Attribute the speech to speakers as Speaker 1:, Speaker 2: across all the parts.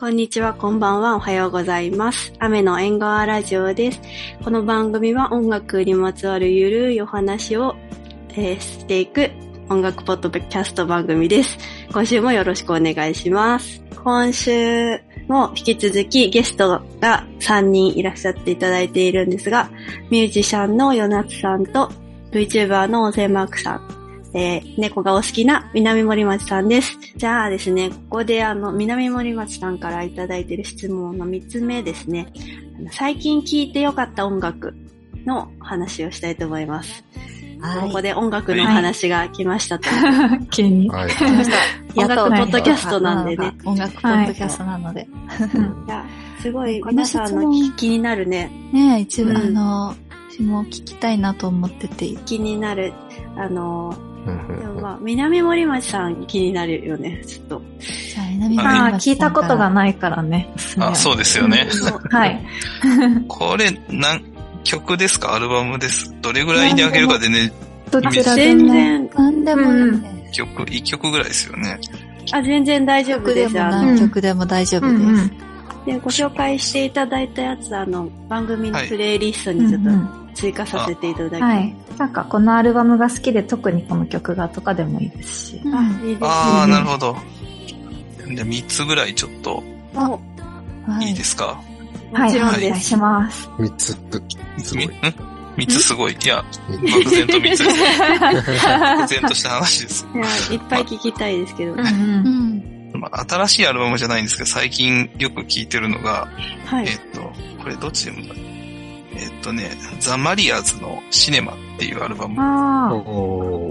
Speaker 1: こんにちは、こんばんは、おはようございます。雨の縁側ラジオです。この番組は音楽にまつわるゆるいお話を、えーしていく音楽ポッドキャスト番組です。今週もよろしくお願いします。今週も引き続きゲストが3人いらっしゃっていただいているんですが、ミュージシャンのヨナツさんと VTuber のオゼマークさん、えー猫がお好きな南森町さんです。じゃあですね、ここであの、南森町さんからいただいている質問の3つ目ですね。あの最近聴いてよかった音楽の話をしたいと思います。ここ
Speaker 2: は
Speaker 1: で音楽の話が来ましたと。
Speaker 2: い。急に。
Speaker 3: はい。
Speaker 1: 音楽ポ
Speaker 2: や
Speaker 1: ッ
Speaker 2: っと
Speaker 1: ドキャストなんでね。
Speaker 4: 音楽ポッドキャストなので。
Speaker 1: いや、すごい
Speaker 4: この
Speaker 1: 皆
Speaker 4: 質問
Speaker 1: さんの気気になるね。
Speaker 4: ねえ、一部、
Speaker 1: うん
Speaker 4: あの、私も聞きたいなと思ってて。
Speaker 1: 気になる。あの、
Speaker 3: うんう
Speaker 1: でも
Speaker 3: んうん
Speaker 1: まあ、南森町さん気になるよね、ちょっと。
Speaker 4: じゃあ、南
Speaker 3: はい
Speaker 2: まあ、聞いたことが
Speaker 4: ない。
Speaker 2: ないからね。
Speaker 3: あ、そうですよね。
Speaker 1: そう
Speaker 2: はい。
Speaker 3: これ、何、曲ですかアルバムです。どれぐらいであげるかでね、
Speaker 2: ど
Speaker 3: ち
Speaker 2: ち
Speaker 3: ら
Speaker 2: ら
Speaker 1: で
Speaker 2: で
Speaker 1: も全
Speaker 2: も。
Speaker 1: 然
Speaker 4: 何でもいいんで、
Speaker 3: 曲、一曲ぐらいですよね。
Speaker 1: あ、全然大丈夫
Speaker 4: 曲で
Speaker 1: で
Speaker 4: も
Speaker 1: す。あの、
Speaker 4: 何曲でも大丈夫です。
Speaker 1: でご紹介していただいたやつ、あの、番組のプレイリストにちょっと追加させていただき
Speaker 2: は
Speaker 1: ます。
Speaker 2: い。なんか、このアルバムが好きで特にこの曲がとかでもいいですし。
Speaker 4: うん
Speaker 1: あ、いいですね。
Speaker 3: あ
Speaker 2: う
Speaker 3: あ、
Speaker 2: ん
Speaker 3: なるほど。じゃあ3つぐらいちょっと
Speaker 1: も
Speaker 4: はい
Speaker 3: いですか、
Speaker 2: はい。
Speaker 1: もちろん
Speaker 2: お
Speaker 1: で
Speaker 2: 願い
Speaker 1: す。
Speaker 2: します。
Speaker 3: は
Speaker 5: 三つ、すご
Speaker 3: み
Speaker 5: い
Speaker 3: ん。?3 つすごい。いや、
Speaker 5: 三
Speaker 3: 漠然と3つです。漠然とした話です。
Speaker 1: いやいっぱい聞きたいですけど。
Speaker 2: うんうん
Speaker 4: うん。
Speaker 3: まあ、新しいアルバムじゃないんですけど、最近よく聴いてるのが、
Speaker 1: はい
Speaker 3: え。っと、これどっちでもだえっとね、ザ・マリアーズのシネマっていうアルバム
Speaker 2: あ
Speaker 5: お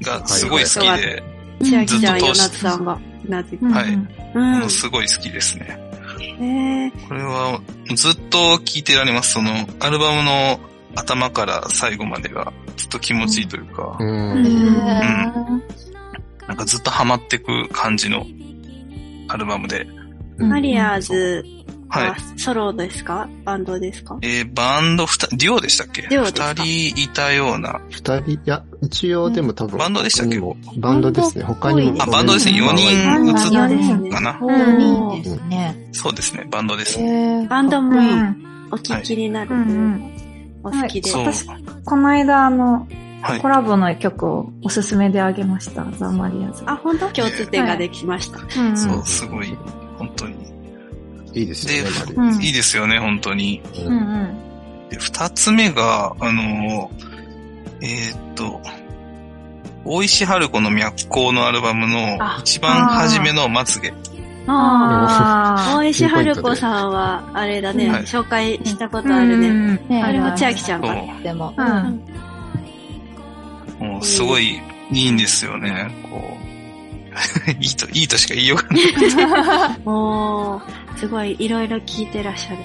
Speaker 5: ー
Speaker 3: がすごい好き
Speaker 1: はい
Speaker 3: で、
Speaker 1: 千秋ちゃん、
Speaker 3: ずっ
Speaker 1: ヨ
Speaker 3: と
Speaker 1: ナ
Speaker 3: 通し
Speaker 1: ツさんが、うなずいて
Speaker 2: あ。
Speaker 3: はい
Speaker 2: うん
Speaker 1: う
Speaker 3: も
Speaker 1: ん
Speaker 3: の。すごい好きですね。
Speaker 1: えー
Speaker 3: これはずっと聴いてられます。その、アルバムの頭から最後までがずっと気持ちいいというか、
Speaker 5: う
Speaker 4: へ
Speaker 5: ん。
Speaker 4: ー
Speaker 3: なんかずっとハマってく感じのアルバムで、
Speaker 2: うん
Speaker 1: マリアーズ
Speaker 3: はい
Speaker 1: は。ソロですかバンドですか
Speaker 3: えーバンド二人、デュオでしたっけ
Speaker 1: デュオですか
Speaker 3: 二人いたような、
Speaker 5: 二人、いや、一応でも多分。
Speaker 3: バンドでしたっけ
Speaker 5: 他にもバンドですね。他にも。
Speaker 3: あ、バンドですね。4人
Speaker 2: うん
Speaker 3: 映っ
Speaker 2: バンド
Speaker 1: です
Speaker 3: たかな。
Speaker 4: おーいいですね。
Speaker 3: そうですね、バンドですね。
Speaker 4: へー
Speaker 1: バンド
Speaker 2: う
Speaker 1: も
Speaker 2: ん。
Speaker 1: お聞きになる
Speaker 2: う。ん
Speaker 1: お好きで。
Speaker 3: そう。
Speaker 2: 私この間、あの、
Speaker 3: はい
Speaker 2: コ。ラボの曲をおすすめであげました。ザ・マリアーズ。
Speaker 1: あ、本当共通点ができました。
Speaker 2: うんうん、
Speaker 3: そう、すごい、本当に。
Speaker 5: いいですね。
Speaker 3: で
Speaker 5: マ
Speaker 2: うん
Speaker 3: いいですよね、本当に。
Speaker 5: リア
Speaker 2: うんうん。
Speaker 5: ー
Speaker 3: で、二つ目が、あのーえーっと、大石春子の脈光のアルバムの
Speaker 1: あ
Speaker 3: 一番初めのまつげ。
Speaker 1: ああ、
Speaker 2: あ
Speaker 1: 大石春子さんは、あれだね、
Speaker 3: はい
Speaker 1: 紹介したこ
Speaker 2: あ。
Speaker 1: とあるね。
Speaker 4: ね
Speaker 1: あれも千秋ちゃん
Speaker 3: そう
Speaker 1: が。
Speaker 4: でも、
Speaker 2: う
Speaker 4: うん
Speaker 2: ん。
Speaker 3: もうすごいいいんですよね、こう。 いいと、いいとしか言いようがない。
Speaker 1: おー、すごい、いろいろ聞いてらっしゃる。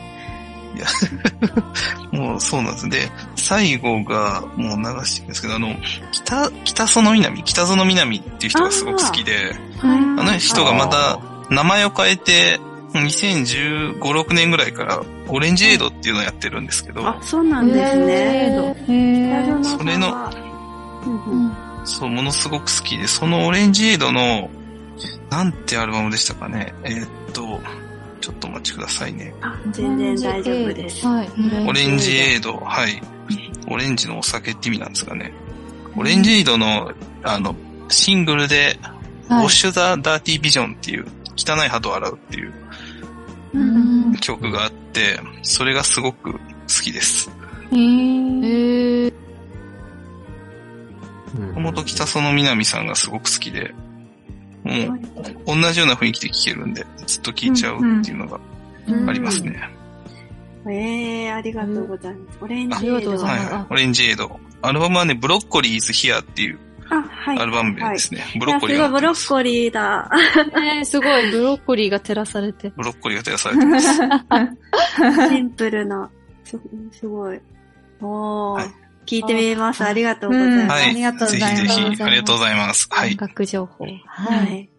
Speaker 3: もうそうなんです。で、最後がもう流してるんですけど、あの、北、北園南、北園南っていう人がすごく好きで、
Speaker 1: は
Speaker 3: あの人がまた名前を変えて、2015、6年ぐらいからオレンジエイドっていうのをやってるんですけど、
Speaker 1: あ、そうなんですね。
Speaker 2: へー
Speaker 3: それの
Speaker 1: うん
Speaker 4: う
Speaker 1: うんん。
Speaker 3: そう、ものすごく好きで、そのオレンジエイドの、なんてアルバムでしたかね。えーっと、ちょっとお待ちくださいね。
Speaker 1: あ、全然大丈夫です。
Speaker 4: はい。
Speaker 3: オレンジエイド、はい。オレンジのお酒って意味なんですかね。オレンジエイドの、あの、シングルで、ウォッシュ・ザ・ダーティ・ビジョンっていう、汚い肌を洗うっていう
Speaker 4: う
Speaker 2: うん
Speaker 4: ん。
Speaker 3: 曲があって、それがすごく好きです。
Speaker 2: へえ。
Speaker 4: へー
Speaker 5: ズうん
Speaker 3: 元北園南さんがすごく好きで、もう、同じような雰囲気で聴けるんで、ずっと聴いちゃうっていうのがありますね。
Speaker 1: えー、ありがとうございます。オレン
Speaker 4: あ
Speaker 1: ジ
Speaker 4: り
Speaker 1: エ
Speaker 4: が
Speaker 1: イ
Speaker 4: とうご
Speaker 1: ド
Speaker 4: ざ
Speaker 3: はい
Speaker 4: ます
Speaker 3: はい。オレンジエイド。アルバムはね、ブロッコリーズ・ヒアっていう
Speaker 1: あ、はい。
Speaker 3: アルバム名ですね。ブロッコリー
Speaker 1: いやすごい、ブロ
Speaker 3: が、
Speaker 1: ッコリーだ。
Speaker 4: えーすごい、ブロッコリーが照らされて。
Speaker 3: ブロッコリーが照らされてます。
Speaker 1: シンプルな。すすごい。おー、
Speaker 3: はい
Speaker 1: 聞いてみます。ありがとうございます。
Speaker 3: はい。
Speaker 4: ありがとうございます
Speaker 3: ぜひぜひ、ありがとうございます。はい
Speaker 4: 音。楽情報。
Speaker 1: は
Speaker 4: はい。
Speaker 1: い。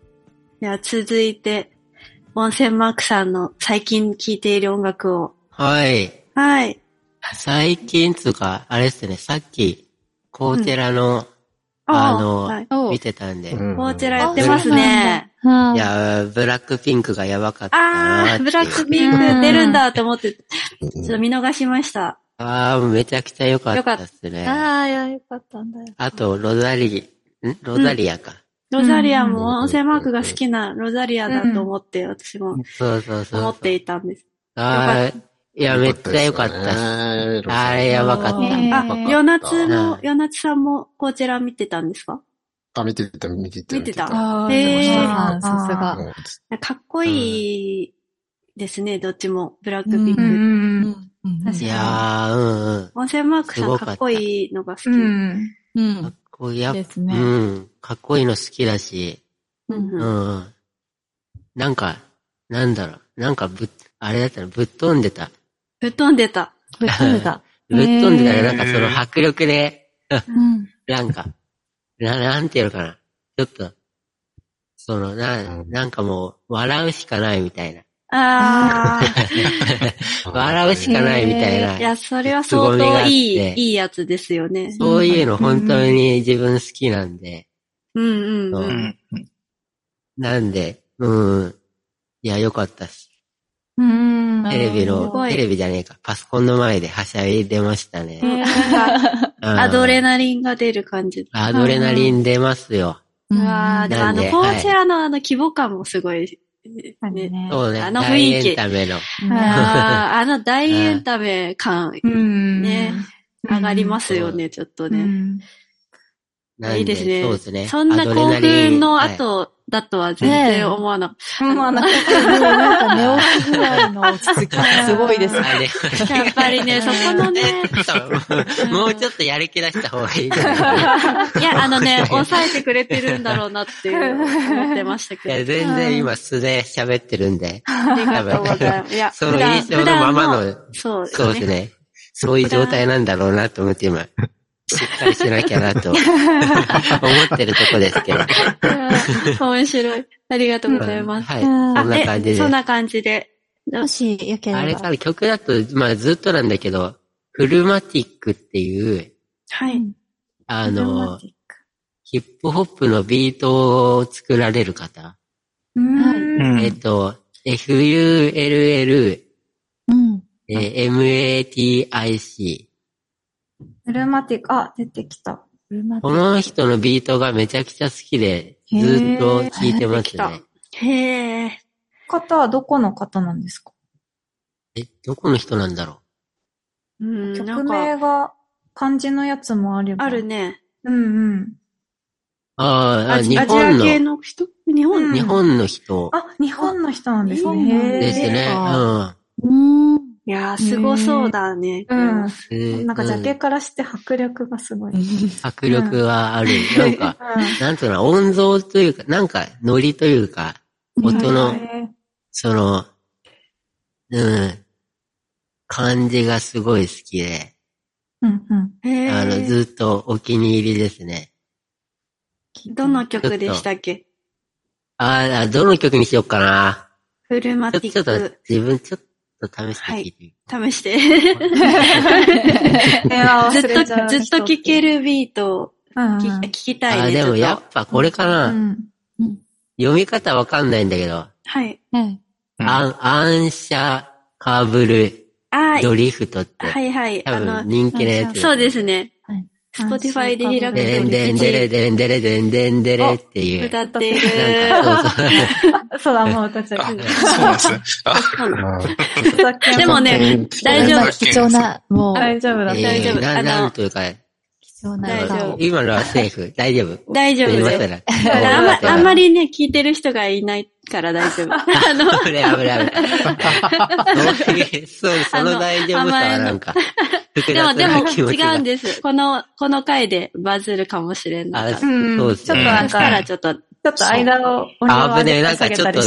Speaker 1: では続いて、温泉マークさんの最近聴いている音楽を。
Speaker 6: はい。
Speaker 1: はい。
Speaker 6: 最近つうか、あれですね、さっき、コーテラの、
Speaker 1: ー
Speaker 6: あの、
Speaker 1: はい、
Speaker 4: お
Speaker 6: 見てたんで、
Speaker 5: うん
Speaker 1: ポーチェラやってますね。
Speaker 4: あうん
Speaker 6: いやー、ブラックピンクがやばかったなー
Speaker 1: あ
Speaker 6: って
Speaker 1: ー、ブラックピン
Speaker 4: うん
Speaker 1: ク出るんだと思って、ち
Speaker 5: うん
Speaker 1: ょっ
Speaker 5: う
Speaker 1: と
Speaker 5: ん
Speaker 1: 見逃しました。
Speaker 6: あー、めちゃくちゃ良かったっすね。あ
Speaker 4: ああ、いや、よかったんだよ。
Speaker 6: と、ロザリ、んロザリアか。
Speaker 1: ロザリアも音声マークが好きなロザリアだと思って、私も
Speaker 6: そうそうそう。
Speaker 1: 思っていたんです。
Speaker 6: あー、いや、めっちゃ良かったっす。
Speaker 5: ですね
Speaker 6: あれやばかった。
Speaker 4: ね
Speaker 1: あ、ヨナツも
Speaker 6: う、ん
Speaker 1: ヨナツさんもこちら見てたんですか
Speaker 5: あ、見てた、見てた。
Speaker 1: 見てた
Speaker 4: あ
Speaker 1: ーへー
Speaker 2: あーさすが。
Speaker 5: うん
Speaker 1: かっこいいですね、どっちも。ブラックピン
Speaker 2: う
Speaker 1: ク。
Speaker 2: ん
Speaker 4: う
Speaker 2: うん
Speaker 4: ん。
Speaker 2: うん。確か
Speaker 6: い
Speaker 2: に。
Speaker 6: やー、うんうん。
Speaker 1: 音声マークさ
Speaker 6: すご
Speaker 1: ん
Speaker 6: か
Speaker 1: か
Speaker 6: った
Speaker 1: っこいいのが好き。
Speaker 2: うん。
Speaker 4: う
Speaker 6: かっ
Speaker 4: ん。
Speaker 6: こいいやっぱ
Speaker 2: ですね
Speaker 6: うん。かっこいいの好きだし、
Speaker 1: うん
Speaker 6: う
Speaker 1: うん
Speaker 6: んうん。なんか、なんだろう、なんかぶっ、あれだったの、ぶっ飛んでた。
Speaker 1: ぶっ飛んでた。
Speaker 2: ぶっ飛んで た。
Speaker 6: ぶっ飛んでた
Speaker 3: へ
Speaker 6: ね。
Speaker 3: ー
Speaker 6: なんかその迫力で、
Speaker 4: うん。
Speaker 6: なんか、な、なんていうのかな。ちょっと、その、な、
Speaker 5: うん
Speaker 6: なんかもう、笑うしかないみたいな。
Speaker 1: ああ。
Speaker 6: 笑うしかないみたい
Speaker 1: い
Speaker 6: な。
Speaker 1: や、それは相当い
Speaker 6: 凄みがあ
Speaker 1: い
Speaker 6: っ、て
Speaker 1: いいやつですよね。
Speaker 6: そういうの本当に自分好きなんで、
Speaker 1: うんうんう。
Speaker 3: うんん。
Speaker 6: なんで、うんうん。いや、よかったっす。
Speaker 2: うん。
Speaker 6: テレビ
Speaker 1: す
Speaker 6: の、
Speaker 1: ごい
Speaker 6: テレビじゃねえか、パソコンの前ではしゃいでましたね。
Speaker 1: うんなんか
Speaker 6: うん
Speaker 1: アドレナリンが出る感じ。
Speaker 6: アドレナリン出ますよ。
Speaker 1: うわあ、でもあ
Speaker 6: なん
Speaker 1: の、
Speaker 6: で
Speaker 1: ポーチェアのあの規模感もすごい。
Speaker 2: 確かに
Speaker 1: ね。
Speaker 2: ね。
Speaker 6: そうね。
Speaker 1: あの
Speaker 6: 大
Speaker 1: 雰囲気
Speaker 6: エンタメの。
Speaker 1: あーあの大エンタメ感、
Speaker 2: うん。
Speaker 1: ね上がりますすよね、ちょっと
Speaker 2: う
Speaker 1: ね。
Speaker 2: ん。
Speaker 6: なん
Speaker 1: いいですね
Speaker 6: そうですね。
Speaker 1: そんな
Speaker 6: アドレ
Speaker 1: 興
Speaker 6: ナリン
Speaker 1: 奮の
Speaker 6: はい
Speaker 1: 後だとは全然思わなかっ
Speaker 2: まあ、なんか、
Speaker 4: なんか、ネオスぐらいの落ち着きがすごいですね。
Speaker 6: あれ
Speaker 1: た。 やっぱりね、そこのね、
Speaker 6: そうもうちょっとやる気出した方がいいんじゃない
Speaker 1: い や、あのね、抑えてくれてるんだろうなっていう思ってました
Speaker 6: いや
Speaker 1: けど。
Speaker 6: 全然今素で喋ってるんで、
Speaker 1: ありがとうございます。いや、
Speaker 6: そ
Speaker 1: 普
Speaker 6: の
Speaker 1: 段
Speaker 6: 印象のまま
Speaker 1: 普段
Speaker 6: の、
Speaker 1: そうです
Speaker 6: そうで
Speaker 1: ね。
Speaker 6: すね。そういう状態なんだろうなと思って今、しっかりしなきゃな と思ってるとこですけど。
Speaker 1: うん面白い。ありがとうございます。
Speaker 6: はい。そんな感じ
Speaker 1: で
Speaker 6: で
Speaker 1: そん
Speaker 6: す。
Speaker 1: な感じで。
Speaker 2: もし、よけ
Speaker 6: あ
Speaker 2: れ
Speaker 6: れ
Speaker 2: ば。
Speaker 6: から曲だと、まあずっとなんだけど、フルマティックっていう、
Speaker 1: はい。
Speaker 6: あの、ヒップホップのビートを作られる方。
Speaker 3: う
Speaker 6: えっ
Speaker 3: ん。
Speaker 6: と、FULL、
Speaker 4: うん。
Speaker 6: えー MATIC。
Speaker 2: フルマティック、あ、出てきた。
Speaker 6: この人のビートがめちゃくちゃ好きで、ずっと聴いてますね。
Speaker 1: へえ。
Speaker 2: 方はどこの方なんですか
Speaker 6: え、どこの人なんだろ
Speaker 1: うん、な
Speaker 2: 曲
Speaker 1: んか、
Speaker 2: 名が、漢字のやつもあれば。
Speaker 1: ある。ね。
Speaker 2: うんうん。
Speaker 6: うああ、
Speaker 1: アジ
Speaker 6: 日
Speaker 1: アア
Speaker 6: 本
Speaker 1: ジア系
Speaker 6: の、
Speaker 1: の人日本
Speaker 2: うん
Speaker 6: 日本の人
Speaker 2: あ、日本の人なんです
Speaker 1: あ日本なん
Speaker 2: ね。
Speaker 6: ですね。
Speaker 4: うん。
Speaker 1: いやー、すごそうだね。
Speaker 2: うん。
Speaker 6: うん。
Speaker 2: なんか、ジャケ
Speaker 6: ッ
Speaker 2: からして迫力がすごい。うん。
Speaker 6: ト。迫力はある。なんか、なんとな、音像というか、なんか、ノリというか、音の、その、うん、感じがすごい好きで、
Speaker 2: うんうん。
Speaker 1: へ
Speaker 6: あの、
Speaker 1: ー
Speaker 6: ずっとお気に入りですね。
Speaker 1: どの曲でしたっけ
Speaker 6: あーあ、どの曲にしようかな。
Speaker 1: フルマ
Speaker 6: ちょ
Speaker 1: テ
Speaker 6: っと、
Speaker 1: ィ
Speaker 6: ち
Speaker 1: ッ
Speaker 6: ょっと
Speaker 1: ク。、
Speaker 6: 自分ちょっと試して聞いてみる。
Speaker 1: 試して。ずっと、 ずっと聴け
Speaker 2: る。
Speaker 1: るビートを
Speaker 2: うん
Speaker 1: き
Speaker 2: うん。
Speaker 1: 聞きたい
Speaker 6: あー
Speaker 1: ね。
Speaker 6: でも
Speaker 1: ちょ
Speaker 6: や
Speaker 1: っ
Speaker 6: っ
Speaker 1: と
Speaker 6: ぱこれかな。
Speaker 2: うん
Speaker 6: 読み方わかんないんだけど、
Speaker 1: はい。
Speaker 4: うん。
Speaker 3: うん
Speaker 6: アン、アンシャカーブル
Speaker 1: あ
Speaker 6: ド
Speaker 1: ー、
Speaker 6: リフトって、
Speaker 1: はいはい。
Speaker 6: 多
Speaker 1: あ
Speaker 6: 分
Speaker 1: の、
Speaker 6: 人気のやつ。
Speaker 1: そうですね
Speaker 4: はい。
Speaker 1: スポティファイで開く
Speaker 6: で
Speaker 1: と
Speaker 6: んでんでれでんでれでんでんでれっていう。
Speaker 1: 歌ってい
Speaker 6: なん
Speaker 1: る。
Speaker 6: か、そうそう。
Speaker 2: そうだ、もう歌っちゃ
Speaker 3: あ、
Speaker 2: う
Speaker 3: そうなんですね。 あ、
Speaker 1: でもね、大丈夫。
Speaker 4: 貴重な、もう、
Speaker 2: 大丈夫だっ た。
Speaker 1: 大丈夫
Speaker 6: えーな
Speaker 1: あの
Speaker 6: なんというか、
Speaker 4: 貴重な。
Speaker 1: 大丈夫
Speaker 6: 今のはセーフ。大丈夫。
Speaker 1: 大丈
Speaker 6: すい
Speaker 1: 夫
Speaker 6: ま
Speaker 1: です
Speaker 6: せん。
Speaker 1: だからあんまあんま
Speaker 6: り。
Speaker 1: りね、聞いてる人がいないから大 丈夫。あの、
Speaker 6: 危ない危ない危ない。 そう、その大丈夫さはなんか、複
Speaker 1: でも、
Speaker 6: 雑
Speaker 1: でも
Speaker 6: な気持ちが。
Speaker 1: 違うんです。この、この回でバズるかもしれんな
Speaker 6: あ、
Speaker 1: い。
Speaker 6: そ
Speaker 1: そう
Speaker 2: うん
Speaker 6: うです
Speaker 2: ちょっと
Speaker 6: ね。
Speaker 2: なん
Speaker 1: し
Speaker 2: か
Speaker 1: たらちょっ と、
Speaker 2: ちょっと間をお
Speaker 6: あ、
Speaker 2: 庭
Speaker 6: 危ね
Speaker 2: で
Speaker 6: え。なん
Speaker 2: 下
Speaker 6: か
Speaker 2: げ
Speaker 6: ちょ
Speaker 2: た
Speaker 6: っと、
Speaker 2: り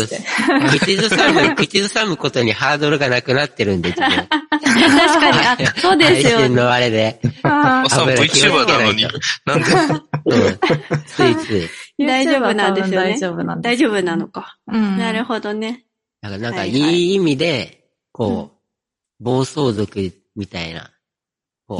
Speaker 6: 口
Speaker 2: し
Speaker 6: ず
Speaker 2: て。
Speaker 6: さむ、 口ずさむことにハードルがなくなってるんで、自分
Speaker 1: 確かに、あ、そう ですよ
Speaker 6: 配。信のあれで。
Speaker 2: あ
Speaker 3: おさん
Speaker 6: 危ない
Speaker 3: VTuber なのに、なんで、
Speaker 6: うん。ついつい。
Speaker 2: ー
Speaker 1: 大丈夫なんですよね
Speaker 2: YouTube は多分大丈夫なんで
Speaker 1: 大
Speaker 2: す。
Speaker 1: 丈夫なのか。
Speaker 2: うん
Speaker 1: なるほどね。
Speaker 6: なんか、なんか
Speaker 1: はいいはい
Speaker 6: い意味で、こう、暴走族みたいな、こ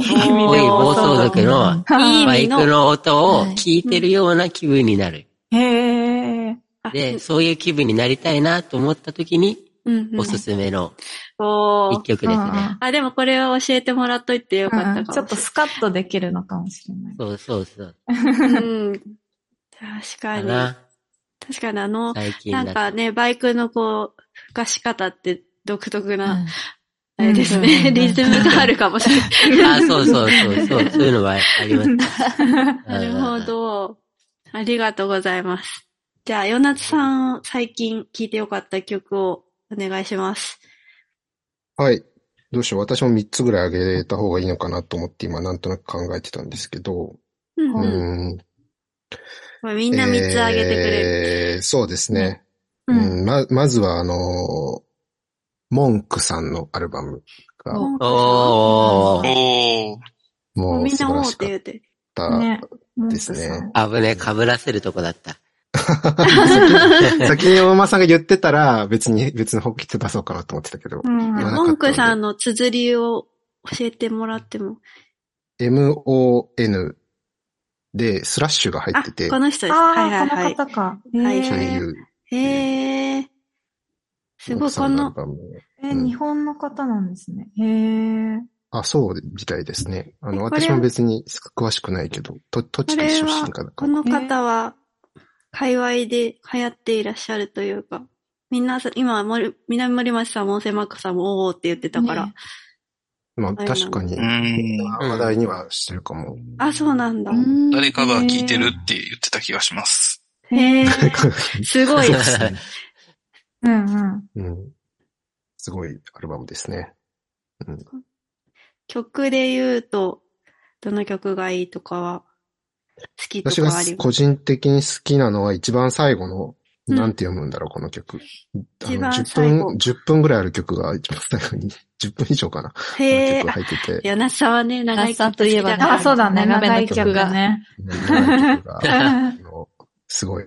Speaker 6: う、
Speaker 1: いい意味で
Speaker 6: 濃い暴走族の
Speaker 1: いい意
Speaker 6: バ
Speaker 1: 味
Speaker 6: イク
Speaker 1: の、
Speaker 6: の音を聞いてるような気分になる。
Speaker 2: へえ。
Speaker 1: あ
Speaker 6: で、そういう気分になりたいなと思った時に、
Speaker 1: うんうん
Speaker 6: おすすめの
Speaker 1: お
Speaker 6: 一
Speaker 1: ー
Speaker 6: 曲で
Speaker 2: う
Speaker 6: す
Speaker 2: んうん
Speaker 6: ね。
Speaker 1: あ、でもこれは教えてもらっといてよかったかもし
Speaker 2: ちょっとスカッとできるのかもしれない。
Speaker 6: そうそうそう。
Speaker 1: れない。うん。確か
Speaker 6: か
Speaker 1: に。
Speaker 6: な。
Speaker 1: 確かにあの、
Speaker 6: 最近
Speaker 1: な
Speaker 6: だ
Speaker 1: ん
Speaker 6: と。
Speaker 1: かね、バイクのこう、吹かし方って独特な、あ
Speaker 2: うん
Speaker 1: れです
Speaker 2: うんうんう
Speaker 1: ね。
Speaker 2: ん
Speaker 1: リズムがあるかもしれない。
Speaker 6: あ、そうそうそう そう。そういうのはあります。
Speaker 1: なるほど。ありがとうございます。じゃあ、ヨナツさん、最近聴いてよかった曲をお願いします。
Speaker 5: はい。どうしよう。私も3つぐらいあげた方がいいのかなと思って今なんとなく考えてたんですけど。
Speaker 1: うん
Speaker 5: う
Speaker 1: うん。
Speaker 5: ん。
Speaker 1: まあみんな3つあげてくれる。
Speaker 5: えーそうですね。
Speaker 2: う
Speaker 5: うんん。ま、まずはあのーモンクさんのアルバムが
Speaker 2: お
Speaker 6: おー。
Speaker 3: おー。
Speaker 5: もう
Speaker 1: みん
Speaker 5: 素
Speaker 1: な
Speaker 5: 晴
Speaker 1: お
Speaker 5: ら
Speaker 1: うっ
Speaker 5: してかっ
Speaker 1: 言うて。
Speaker 5: た。
Speaker 2: ね。
Speaker 5: ですね
Speaker 2: モンク
Speaker 6: 危ねえ、被らせるとこだった。
Speaker 5: 先に大間さんが言ってたら別に別の本気で出そうかなと思ってたけど。
Speaker 2: さん
Speaker 5: 言わなかった
Speaker 1: モンクさんの綴りを教えてもらっても。
Speaker 5: MON でスラッシュが入
Speaker 1: あ、
Speaker 5: ってて、
Speaker 1: この人です。
Speaker 2: ああ、
Speaker 1: はいはいはい
Speaker 2: こ。の方か。
Speaker 1: はい
Speaker 2: え
Speaker 5: と
Speaker 2: ー
Speaker 5: いう、
Speaker 1: へえ。すごい、こ
Speaker 5: さんのア
Speaker 1: の
Speaker 5: ル、バム。
Speaker 2: え
Speaker 5: う
Speaker 2: ー
Speaker 5: ん
Speaker 2: 日本の方なんですね。へえ。
Speaker 5: あ、そうみたいですね。あの、
Speaker 1: これ
Speaker 5: 私も別に詳しくないけど、と、栃木出身かな
Speaker 1: こ
Speaker 5: んか。
Speaker 1: の方は、界隈で流行っていらっしゃるというか、みんな、今、森南森町さんも温泉マックさんも、おおって言ってたから、
Speaker 2: ね
Speaker 5: まあ、確かに
Speaker 3: う、ん。
Speaker 5: 話題にはしてるかも。
Speaker 1: あ、そうなんだ。
Speaker 3: 誰かが聞いてるって言ってた気がします。
Speaker 1: へえ、す ごい。
Speaker 5: そうですね
Speaker 2: うんうん。
Speaker 5: うん。すごいアルバムですね。うん。
Speaker 1: 曲で言うと、どの曲がいいとかは、好きと
Speaker 5: 私が
Speaker 1: かあります
Speaker 5: 個人的に好きなのは一番最後の、
Speaker 1: うん
Speaker 5: なんて読むんだろう、この曲。あ
Speaker 1: 一
Speaker 5: の
Speaker 1: 番
Speaker 5: 10
Speaker 1: 最後
Speaker 5: 分、10分ぐらいある曲が一番最後に、10分以 上かな。
Speaker 1: へえ
Speaker 5: 曲、が入ってて。
Speaker 1: 柳沢さんはね、長い
Speaker 4: 柳沢といえば
Speaker 2: あ、そうだね。
Speaker 4: 長めの
Speaker 2: 長い曲がね。
Speaker 5: 長い曲が
Speaker 2: うん
Speaker 5: あのすごい。い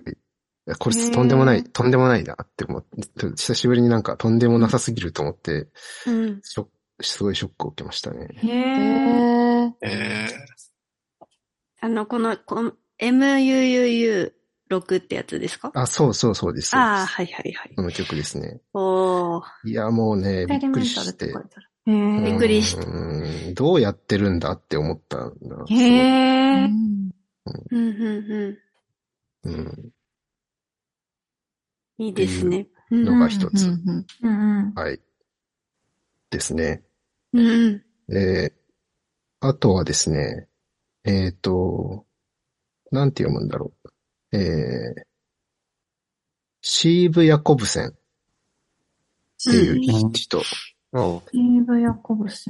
Speaker 5: やこ
Speaker 1: へ
Speaker 5: れ
Speaker 1: ー
Speaker 5: とんでもない、とんでもないなって思って、久しぶりになんかとんでもなさすぎると思って、
Speaker 1: うん。
Speaker 5: ショックすごいショックを受けましたね。
Speaker 2: へ
Speaker 4: え
Speaker 2: え。
Speaker 4: ー。
Speaker 3: え
Speaker 1: あの、この、この MUUU6 ってやつですか
Speaker 5: あ、そうそうそうです。
Speaker 1: ああ、
Speaker 5: こ
Speaker 1: はいはいはい。
Speaker 5: の曲ですね。
Speaker 1: おー。
Speaker 5: いや、もうね、びっくりし
Speaker 2: って
Speaker 5: て
Speaker 2: 書い。てある。へえ。
Speaker 1: びっくりし
Speaker 5: うんどうやってるんだって思ったんだ。
Speaker 2: へえ。
Speaker 1: うんうん
Speaker 5: う
Speaker 1: う
Speaker 5: ん。
Speaker 1: ん。いいですね。う
Speaker 5: の
Speaker 1: ん
Speaker 5: が一
Speaker 2: う
Speaker 5: つ。
Speaker 2: んうん。
Speaker 5: はい。ですね。
Speaker 1: うんうん。
Speaker 5: えー、あとはですね、えっ、と、なんて読むんだろう。えー、シーブ・ヤコブセンっていう人。
Speaker 6: おう
Speaker 2: イーブ・ヤコブス。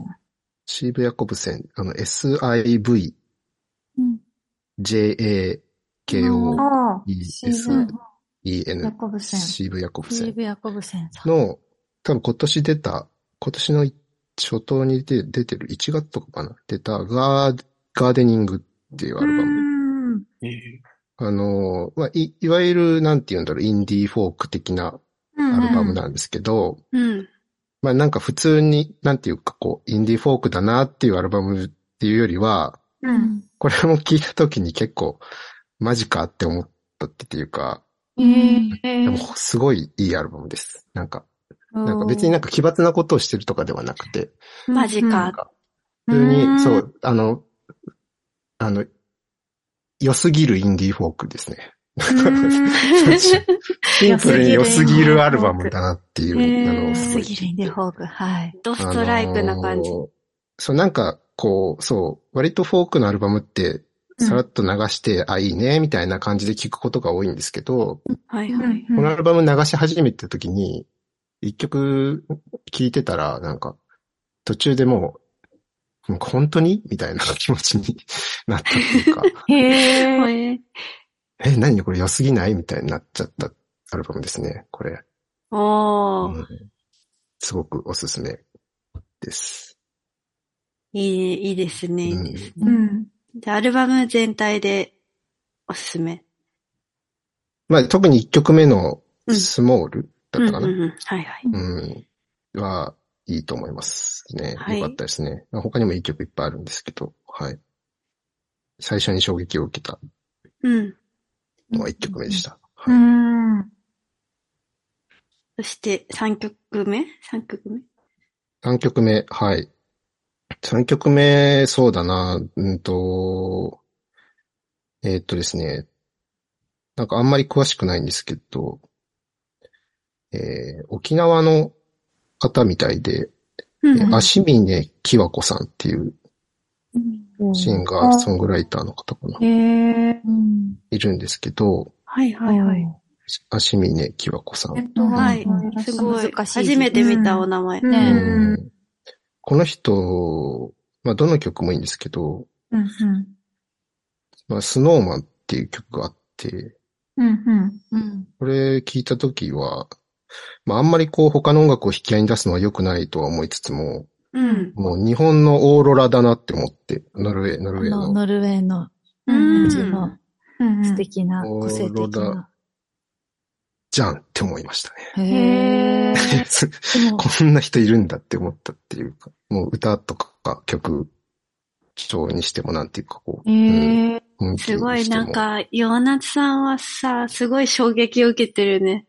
Speaker 5: シーブ・ヤコブセン、あの、SIV、
Speaker 2: うん
Speaker 5: JAKOESN
Speaker 2: ああ、
Speaker 5: いい
Speaker 2: シーブ・ヤコブセン。
Speaker 5: シーブ・ヤコブセ
Speaker 4: シー
Speaker 5: ン
Speaker 4: ブ・ヤコブセンさん。
Speaker 5: の、多分今年出た、今年の初頭に出出てる、1月とかかな、出たガー、ガーデニングっていうアルバム。
Speaker 2: ム。
Speaker 3: ー
Speaker 5: あの、まあ、い、いわゆる、なんて言うんだろう、インディーフォーク的な
Speaker 2: ア
Speaker 5: アルバム
Speaker 2: だ。
Speaker 5: なんですけど、
Speaker 1: うん。
Speaker 5: まあ、なんか普通に、なんていうか、こう、インディーフォークだなっていうアルバムっていうよりは、
Speaker 2: うん。
Speaker 5: これも聞いた時に結構、マジかって思ったっていうか、
Speaker 2: へ
Speaker 5: で
Speaker 2: え
Speaker 5: も。すごいいいアルバムです。なんか、なんか別になんか奇抜なことをしてるとかではなくて、
Speaker 1: マジ
Speaker 5: なん
Speaker 1: か。
Speaker 5: か、普通
Speaker 2: うん
Speaker 5: に、そう、あの、あの、良すぎるインディーフォークですね。シンプルに良すぎるアルバムだなっていう、
Speaker 1: へー
Speaker 5: あの、すごい
Speaker 4: 次リンデフォーク、はい。
Speaker 1: ドストライクな感じ
Speaker 5: あ。のーそう、なんか、こう、そう、割とフォークのアルバムって、
Speaker 2: うん
Speaker 5: さらっと流して、あ、いいね、みたいな感じで聞くことが多いんですけど、
Speaker 1: はい
Speaker 2: うん
Speaker 1: はい。
Speaker 5: このアルバム流し始めた時に、一曲聴いてたら、なんか、途中でもう、もう本当にみたいな気持ちになったっていうか、
Speaker 2: へー
Speaker 1: へー
Speaker 5: え、何これ良すぎないみたいになっちゃったアルバムですね、これ。
Speaker 1: お
Speaker 5: う
Speaker 1: ー。
Speaker 5: んすごくおすすめです。
Speaker 1: いい、いいですね。いいです
Speaker 2: う
Speaker 1: ね。
Speaker 2: ん。
Speaker 1: じゃあアルバム全体でおすすめ。
Speaker 5: まあ、特に一曲目の
Speaker 1: うん
Speaker 5: スモールだったかな、
Speaker 1: う
Speaker 5: うん
Speaker 1: う
Speaker 5: ん
Speaker 1: んうんはいはい。
Speaker 5: は、いいと思いますね。
Speaker 1: はい
Speaker 5: よかったですね。まあ他にもいい曲いっぱいあるんですけど、はい。最初に衝撃を受けた
Speaker 1: うん。
Speaker 5: のは一曲目でした。
Speaker 2: う
Speaker 5: はい
Speaker 2: ん。
Speaker 1: そして3曲目 ?3 曲目
Speaker 5: 3曲目、はい。3曲目、そうだな、うんと、えーっとですね、なんかあんまり詳しくないんですけど、えー沖縄の方みたいで、
Speaker 1: うん
Speaker 5: え足峰きわこさんっていうシンガー、ソングライターの方かな、
Speaker 1: へえ。
Speaker 4: うん
Speaker 5: いるんですけど、
Speaker 1: はいはいはい。
Speaker 5: 足峰きわこさん。
Speaker 2: うん
Speaker 1: はい
Speaker 4: うん。
Speaker 1: すごい。
Speaker 4: 難しい
Speaker 1: 初めて見たお名前。
Speaker 2: うん
Speaker 4: ね
Speaker 5: うんこの人、まあ、どの曲もいいんですけど、
Speaker 2: うんうん
Speaker 5: まあ、スノーマンっていう曲があって、
Speaker 2: うん
Speaker 4: うん。
Speaker 5: これ聞いたときは、まあ、あんまりこう他の音楽を引き合いに出すのは良くないとは思いつつも、
Speaker 1: うん。
Speaker 5: もう日本のオーロラだなって思って、ノルウェー、ノルウェー
Speaker 4: あの
Speaker 5: の。
Speaker 4: ノルウェーの、
Speaker 2: う
Speaker 1: うん
Speaker 2: ん。
Speaker 4: ちの
Speaker 2: うんうん
Speaker 4: 素敵な、
Speaker 5: うん
Speaker 4: 個性
Speaker 5: オー
Speaker 4: 的
Speaker 5: ロ
Speaker 4: な
Speaker 5: ラ。じゃんって思いました
Speaker 4: へ
Speaker 5: ね。
Speaker 4: ー。でも、
Speaker 5: こんな人いるんだって思ったっていうか、もう歌とか曲、調にしてもなんていうかこう、うん
Speaker 1: へえ。
Speaker 5: 雰囲気
Speaker 1: すご
Speaker 5: に
Speaker 1: い
Speaker 5: しても
Speaker 1: なんか、ヨナツさんはさ、すごい衝撃を受けてるね。